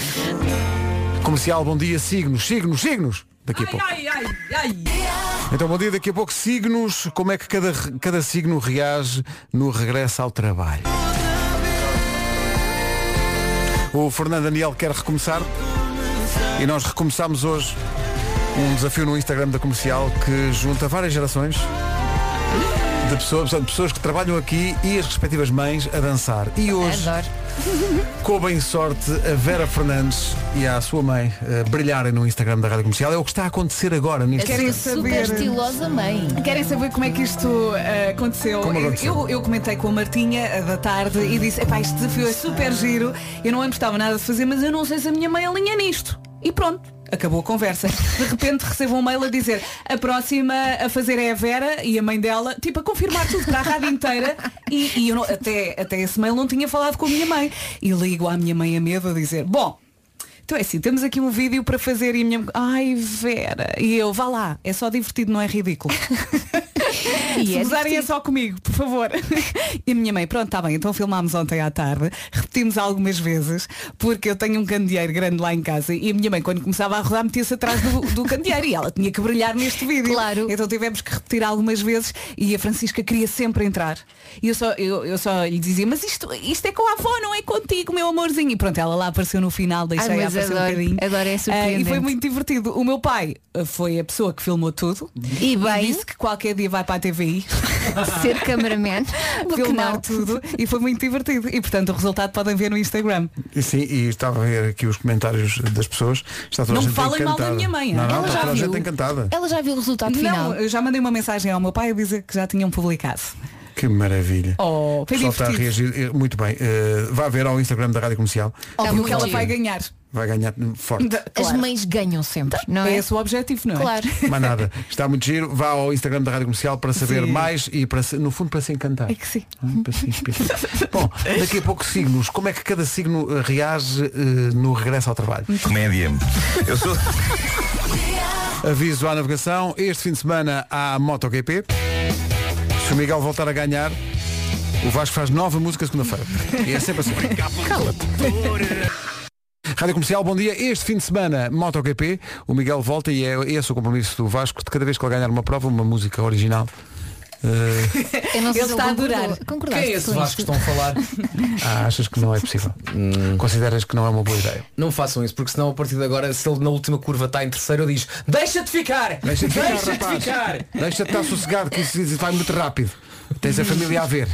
Comercial, bom dia, signos, signos, signos. Daqui a pouco.
Ai, ai, ai.
Então, bom dia, daqui a pouco, signos. Como é que cada, re- cada signo reage no regresso ao trabalho? O Fernando Daniel quer recomeçar e nós recomeçamos hoje um desafio no Instagram da Comercial que junta várias gerações de pessoas, portanto, pessoas que trabalham aqui e as respectivas mães a dançar. E hoje (laughs) coube em sorte a Vera Fernandes e à sua mãe eh, brilharem no Instagram da Rádio Comercial. É o que está a acontecer agora. neste
Querem
instante.
saber. eh,
estilosa mãe.
Querem saber como é que isto eh, aconteceu?
Como aconteceu?
Eu, eu comentei com a Martinha eh, da tarde e disse, epá, este desafio é super giro, eu não importava nada de fazer, mas eu não sei se a minha mãe alinha nisto. E pronto. Acabou a conversa. De repente recebo um mail a dizer a próxima a fazer é a Vera e a mãe dela, tipo, a confirmar tudo para a rádio inteira. E, e eu não- até, até esse mail não tinha falado com a minha mãe. E ligo à minha mãe a medo a dizer, bom, Então é assim, temos aqui um vídeo para fazer e a minha... Ai, Vera. E eu, vá lá, é só divertido, não é ridículo.
E
Se
é
usarem é
divertido.
só comigo, por favor. (laughs) E a minha mãe, pronto, está bem, então filmámos ontem à tarde, repetimos algumas vezes, porque eu tenho um candeeiro grande lá em casa e a minha mãe, quando começava a rodar, metia-se atrás do, do candeeiro e ela tinha que brilhar neste vídeo. Claro. Então tivemos que repetir algumas vezes e a Francisca queria sempre entrar. E eu só, eu, eu só lhe dizia, mas isto, isto é com a avó, não é contigo, meu amorzinho. E pronto, ela lá apareceu no final, deixei
Ai,
a
mas
aparecer um
adoro,
bocadinho.
adoro, é
Ah, e foi
surpreendente.
muito divertido. O meu pai ah, foi a pessoa que filmou tudo e, disse que qualquer dia vai para a TVI
(laughs) Ser
(laughs)
cameraman. Porque
filmar
não?
tudo e foi muito divertido. E portanto o resultado podem ver no Instagram.
E sim, e estava a ver aqui os comentários das pessoas. Está toda
Não
a gente
falem mal da
encantada.
minha mãe, é?
Não, não,
ela
está
já
toda a gente
viu.
encantada.
Ela já viu o resultado
Não,
final.
eu já mandei uma mensagem ao meu pai a dizer que já tinham publicado.
Que maravilha.
Oh,
o
foi
pessoal está a
divertido.
reagir. eh, Muito bem. Eh, vá ver ao Instagram da Rádio Comercial.
Óbvio que ela vai ganhar.
Vai ganhar hum, forte.
As mães ganham sempre, não
É
é?
esse o objetivo, não é?
Claro.
Mas nada, está muito giro. Vá ao Instagram da Rádio Comercial para saber
Sim.
mais e para se- no fundo para se encantar.
É que sim.
Hum, para se
(laughs)
inspirar. Bom, daqui a pouco signos. Como é que cada signo eh, reage eh, no regresso ao trabalho?
Comédia. Eu sou.
Aviso à navegação, este fim de semana há MotoGP. Se o Miguel voltar a ganhar, o Vasco faz nova música segunda-feira. E é (laughs) sempre assim. Rádio Comercial, bom dia. Este fim de semana, MotoGP, o Miguel volta e é esse o compromisso do Vasco, de cada vez que ele ganhar uma prova, uma música original. Eh,
(laughs)
Eu não sei
Ele
se
está a
concordou.
adorar.
Concordaste
Quem é esse
com
Vasco
isto?
que estão a falar?
ah, achas que não é possível? Consideras que não é uma boa ideia?
Não façam isso, porque senão a partir de agora, se ele na última curva está em terceiro, ele diz Deixa-te ficar!
Deixa-te ficar,
Deixa-te
rapaz.
ficar!
Deixa-te estar sossegado, que isso isso vai muito rápido. Tens a família a ver.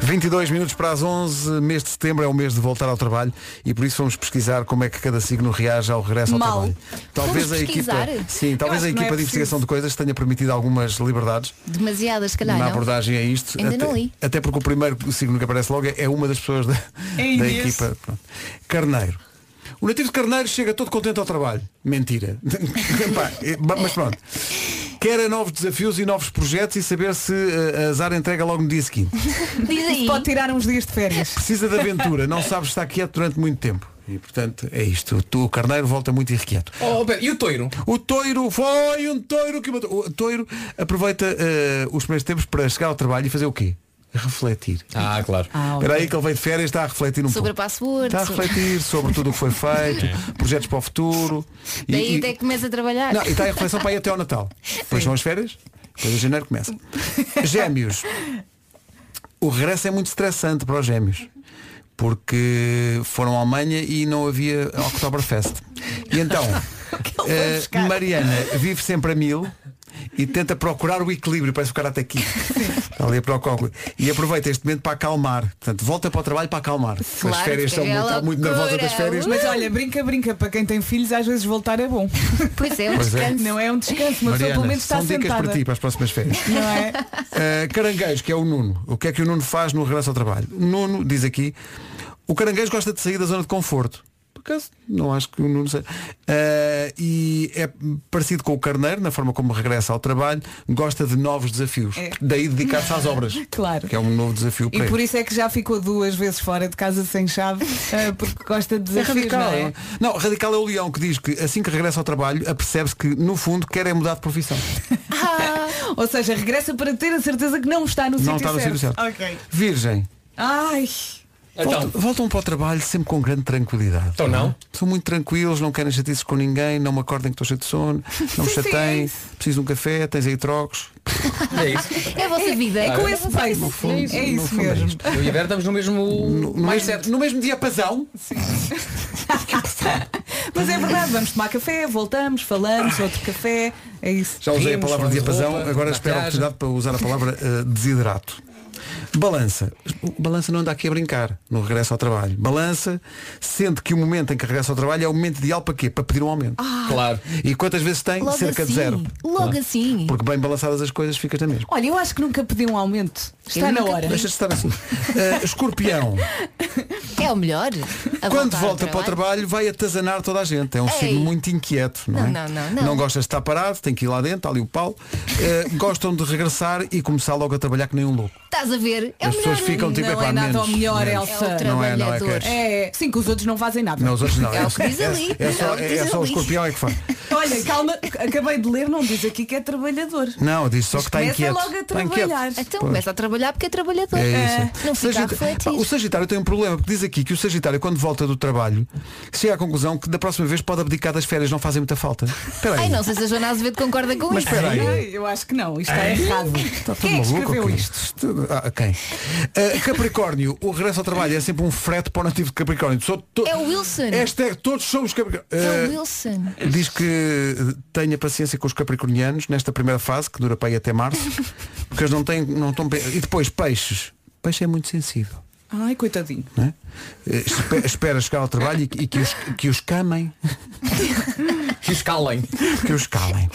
22 minutos para as 11, mês de setembro é o mês de voltar ao trabalho e por isso vamos pesquisar como é que cada signo reage ao regresso
Mal.
ao trabalho. Talvez
Vamos
a equipa,
pesquisar?
sim,
Eu
talvez
acho que não é
a equipa de
preciso.
investigação de coisas tenha permitido algumas liberdades
Demasiadas, se calhar.
na
não?
abordagem a isto.
Ainda
até,
não li.
até porque o primeiro signo que aparece logo é- é uma das pessoas da,
É
da
Inês.
equipa. Pronto. Carneiro. O nativo de Carneiro chega todo contente ao trabalho. Mentira. (laughs) Epá, é, ba- Mas pronto. Quer novos desafios e novos projetos e saber se eh, a Zara entrega logo no dia seguinte.
Diz aí.
Pode tirar uns dias de férias.
Precisa de aventura,
(laughs)
não sabe estar quieto durante muito tempo. E portanto é isto. Tu, o Carneiro volta muito irrequieto.
Oh, pera, e o toiro?
O toiro foi um toiro que matou. O toiro aproveita eh, os primeiros tempos para chegar ao trabalho e fazer o quê? Refletir.
Ah, claro.
Espera aí que ele veio de férias, está a refletir um
Sobre a
pouco.
password.
Está a
sobre-
refletir sobre tudo o que foi
(laughs)
feito, projetos para o futuro. E-
Daí
e-
até começa a trabalhar.
não, e está em
(laughs)
reflexão para ir até ao Natal. Depois são as férias, depois de janeiro
(laughs)
começa. Gêmeos. O regresso é muito estressante para os gêmeos. Porque foram à Alemanha e não havia Oktoberfest. E
(laughs)
então, eh, Mariana vive sempre a mil e tenta procurar o equilíbrio, parece o cara até aqui. Está ali a procurar o equilíbrio. E aproveita este momento para acalmar. Portanto, volta para o trabalho para acalmar. as férias
que
estão muito,
é
está muito
loucura.
nervosa das férias.
Mas olha, brinca, brinca, para quem tem filhos, às vezes voltar é bom.
Pois é,
um (laughs) Pois é. descanso.
Não é um descanso, mas
Mariana,
pelo menos está
são dicas
sentada.
para ti, para as próximas férias.
(laughs) Não é?
Uh, caranguejo, que é o Nuno. O que é que o Nuno faz no regresso ao trabalho? O Nuno diz aqui, o caranguejo gosta de sair da zona de conforto. Por acaso, não acho que o Nuno seja. Uh, e é parecido com o carneiro, na forma como regressa ao trabalho, gosta de novos desafios.
É.
Daí dedicar-se às obras.
(laughs) Claro.
Que é um novo desafio para
E por
ele.
isso é que já ficou duas vezes fora de casa sem chave, eh, porque gosta de
É
desafios,
radical.
não é?
é? Não, radical é o leão que diz que assim que regressa ao trabalho, apercebe-se que, no fundo, quer é mudar de
(laughs)
profissão.
Ah! Ou seja, regressa para ter a certeza que não está no
Não
sítio
está no
certo.
sítio certo.
Ok.
Virgem.
Ai.
Voltam, voltam para o trabalho sempre com grande tranquilidade. Então não? São muito tranquilos, não querem chatices com ninguém, não me acordem que estou cheio de sono, não me
Sim, sim, é
chateiem, preciso de um café, tens aí trocos.
É isso.
É a vossa vida.
Ah,
É com
a
esse
vossa
beijo.
vida.
um
É isso, mesmo.
Eu e a Vera estamos no mesmo.
No, mesmo, no mesmo dia pasão.
Mas é verdade, vamos tomar café, voltamos, falamos, outro café, é isso.
Já Então, usei a
Rimos,
palavra
falamos
diapasão,
roupa,
agora espero a
maquiagem.
oportunidade para usar a palavra eh, desidrato. Balança. O Balança não anda aqui a brincar no regresso ao trabalho. Balança sente que o momento em que regressa ao trabalho é o momento ideal para quê? Para pedir um aumento.
Ah.
Claro. E quantas vezes tem?
Logo
Cerca de
assim,
zero.
logo
Não é?
assim.
Porque bem balançadas as coisas ficas na mesma.
Olha, eu acho que nunca pedi um aumento. Está
Eu
na
nunca
hora.
Deixa de estar assim.
(laughs)
Uh, escorpião,
É o melhor. A voltar
quando
ao
volta para
é?
o trabalho, vai atazanar toda a gente. É um
Ei.
signo muito inquieto,
Não,
não, é?
não, não, não.
gosta de Eh, estar parado, tem que ir lá dentro, está ali o pau. Uh, gostam de regressar e começar logo a trabalhar que nem um louco.
Estás a ver? É
As
o
pessoas
melhor.
ficam tipo,
não
epá,
é nada
menos,
ao melhor,
menos.
Elsa.
Não é, não é, queres?
É, sim, que os outros não fazem nada.
Não, os outros não.
É o que diz ali.
É, só,
É o que
é,
diz
é só o
ali.
escorpião é que
(laughs)
faz.
Olha, calma, acabei de ler, não diz aqui que é trabalhador.
Não, diz só que está
Começa
inquieto.
logo a
Está inquieto.
trabalhar.
Então
Pois.
começa a trabalhar porque é trabalhador.
É
Ah,
isso.
Não fica a
Sagita- Pá,
refletir.
O Sagitário tem um problema, porque diz aqui que o Sagitário, quando volta do trabalho, chega à conclusão que da próxima vez pode abdicar das férias, não fazem muita falta. Espera aí.
Ai, não sei se a Joana Azevedo concorda com
Mas
isto.
espera aí.
Ai, Eu acho que não, isto
É?
é errado.
Está tudo
Quem é que
maluco
escreveu
ou quê?
isto?
Isto- ah, quem? Ah, Capricórnio, o regresso ao trabalho é sempre um frete para o nativo de Capricórnio. Sou to-
É o Wilson.
Hashtag todos somos Capricórnio.
É o
Ah,
Wilson.
Diz que ah, tenha paciência com os capricornianos nesta primeira fase, que dura para aí
(laughs)
até março, porque eles não têm. Não estão, bem- e depois, peixes. Peixe é muito sensível.
Ai, coitadinho.
não é? Eh, espe- Espera chegar ao trabalho e, que- e que, os, que os
(laughs)
camem.
Que os calem.
Que os calem.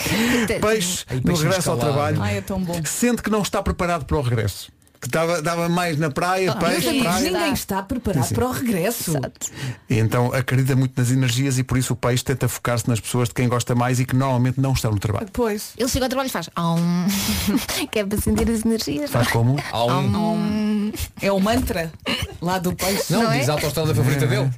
Peixe,
Ai,
no
peixinho
regresso ao
escalado.
trabalho,
Ai, é tão bom.
sente que não está preparado para o regresso. Que dava, dava mais na praia,
Ah, meus
peixe,
amigos,
praia.
ninguém está preparado
Sim, sim.
para o regresso.
E então acredita muito nas energias e por isso o peixe tenta focar-se nas pessoas de quem gosta mais e que normalmente não estão no trabalho.
Pois.
Ele chega ao trabalho e faz. "Aum." (laughs) que é para sentir as energias.
Faz como?
um-
Aum.
É o mantra lá do peixe.
Não, Não é?
Diz
(laughs)
a autostrada favorita dele.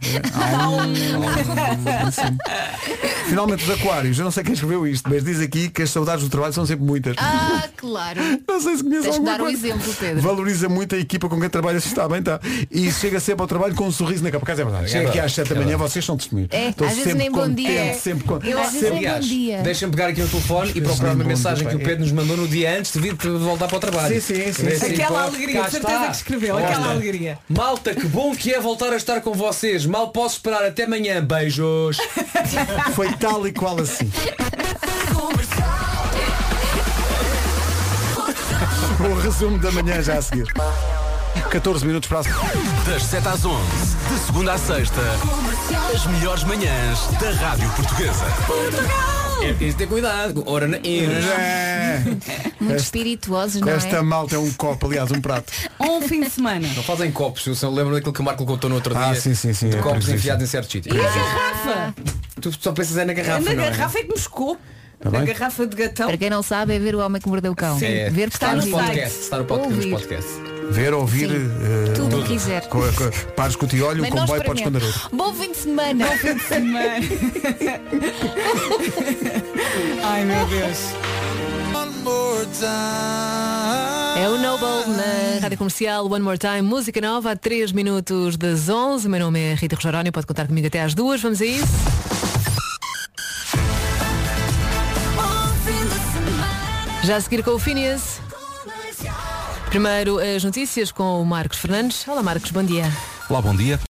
é. Finalmente os aquários, eu não sei quem escreveu isto, mas diz aqui que as saudades do trabalho são sempre muitas.
Ah, claro.
(laughs) Não sei se conheço
Tens de
alguma
dar um
coisa.
exemplo, Pedro.
Valoriza muito a equipa com quem trabalha, se está bem, está. E chega sempre ao trabalho com um sorriso na capa. Por acaso é verdade. Chega aqui às 7 da manhã, vocês são testemunhos.
É,
Estou
às vezes
sempre
nem bom
contente,
dia. é.
Sempre con-
Eu às vezes nem bom dia.
Deixa-me pegar aqui no telefone e procurar uma mensagem que o Pedro nos mandou no dia antes de vir de voltar para o trabalho.
Sim, sim, sim,
Vê
sim.
se
Aquela
encontro.
alegria,
Cá
certeza
está.
que escreveu, aquela alegria.
Malta, que bom que é voltar a estar com vocês. Mal posso esperar até amanhã. Beijos.
(laughs) Foi tal e qual assim. O resumo da manhã já a seguir. 14 minutos para a...
Das 7 às 11, de segunda à sexta, as melhores manhãs da Rádio Portuguesa.
É preciso ter cuidado. Ora na
É.
Muito
Este-
espirituosos,
Com
não
esta
é?
malta é um copo, aliás, um prato.
Um fim de semana.
Não fazem copos, eu só lembro daquilo que o Marco contou no outro dia.
Ah, sim, sim, sim.
De
é
copos
preciso. É.
enfiados em certos sítios.
E a
Ah.
garrafa?
Tu só pensas é na garrafa.
Na
não é?
garrafa é que me escou.
Tá
Na
bem.
garrafa de gatão.
Para quem não sabe, é ver o homem que mordeu o cão.
É,
Ver que está, no
podcast.
site.
Está no podcast. nos
Ouvir.
podcasts.
Ver, ouvir.
Sim.
eh,
Tudo o que quiser.
Co, co, pares com o tiolho, o
Mas não
comboio podes esconder
experimento.
outro.
Bom fim de semana. Bom fim de (laughs) semana.
Ai meu Deus.
É o Noble na Rádio Comercial One More Time, música nova, a 3 minutos das 11. Meu nome é Rita Rogerónio, pode contar comigo até às 2. Vamos a isso? Já a seguir com o Phineas. Primeiro as notícias com o Marcos Fernandes. Olá Marcos, bom dia.
Olá, bom dia.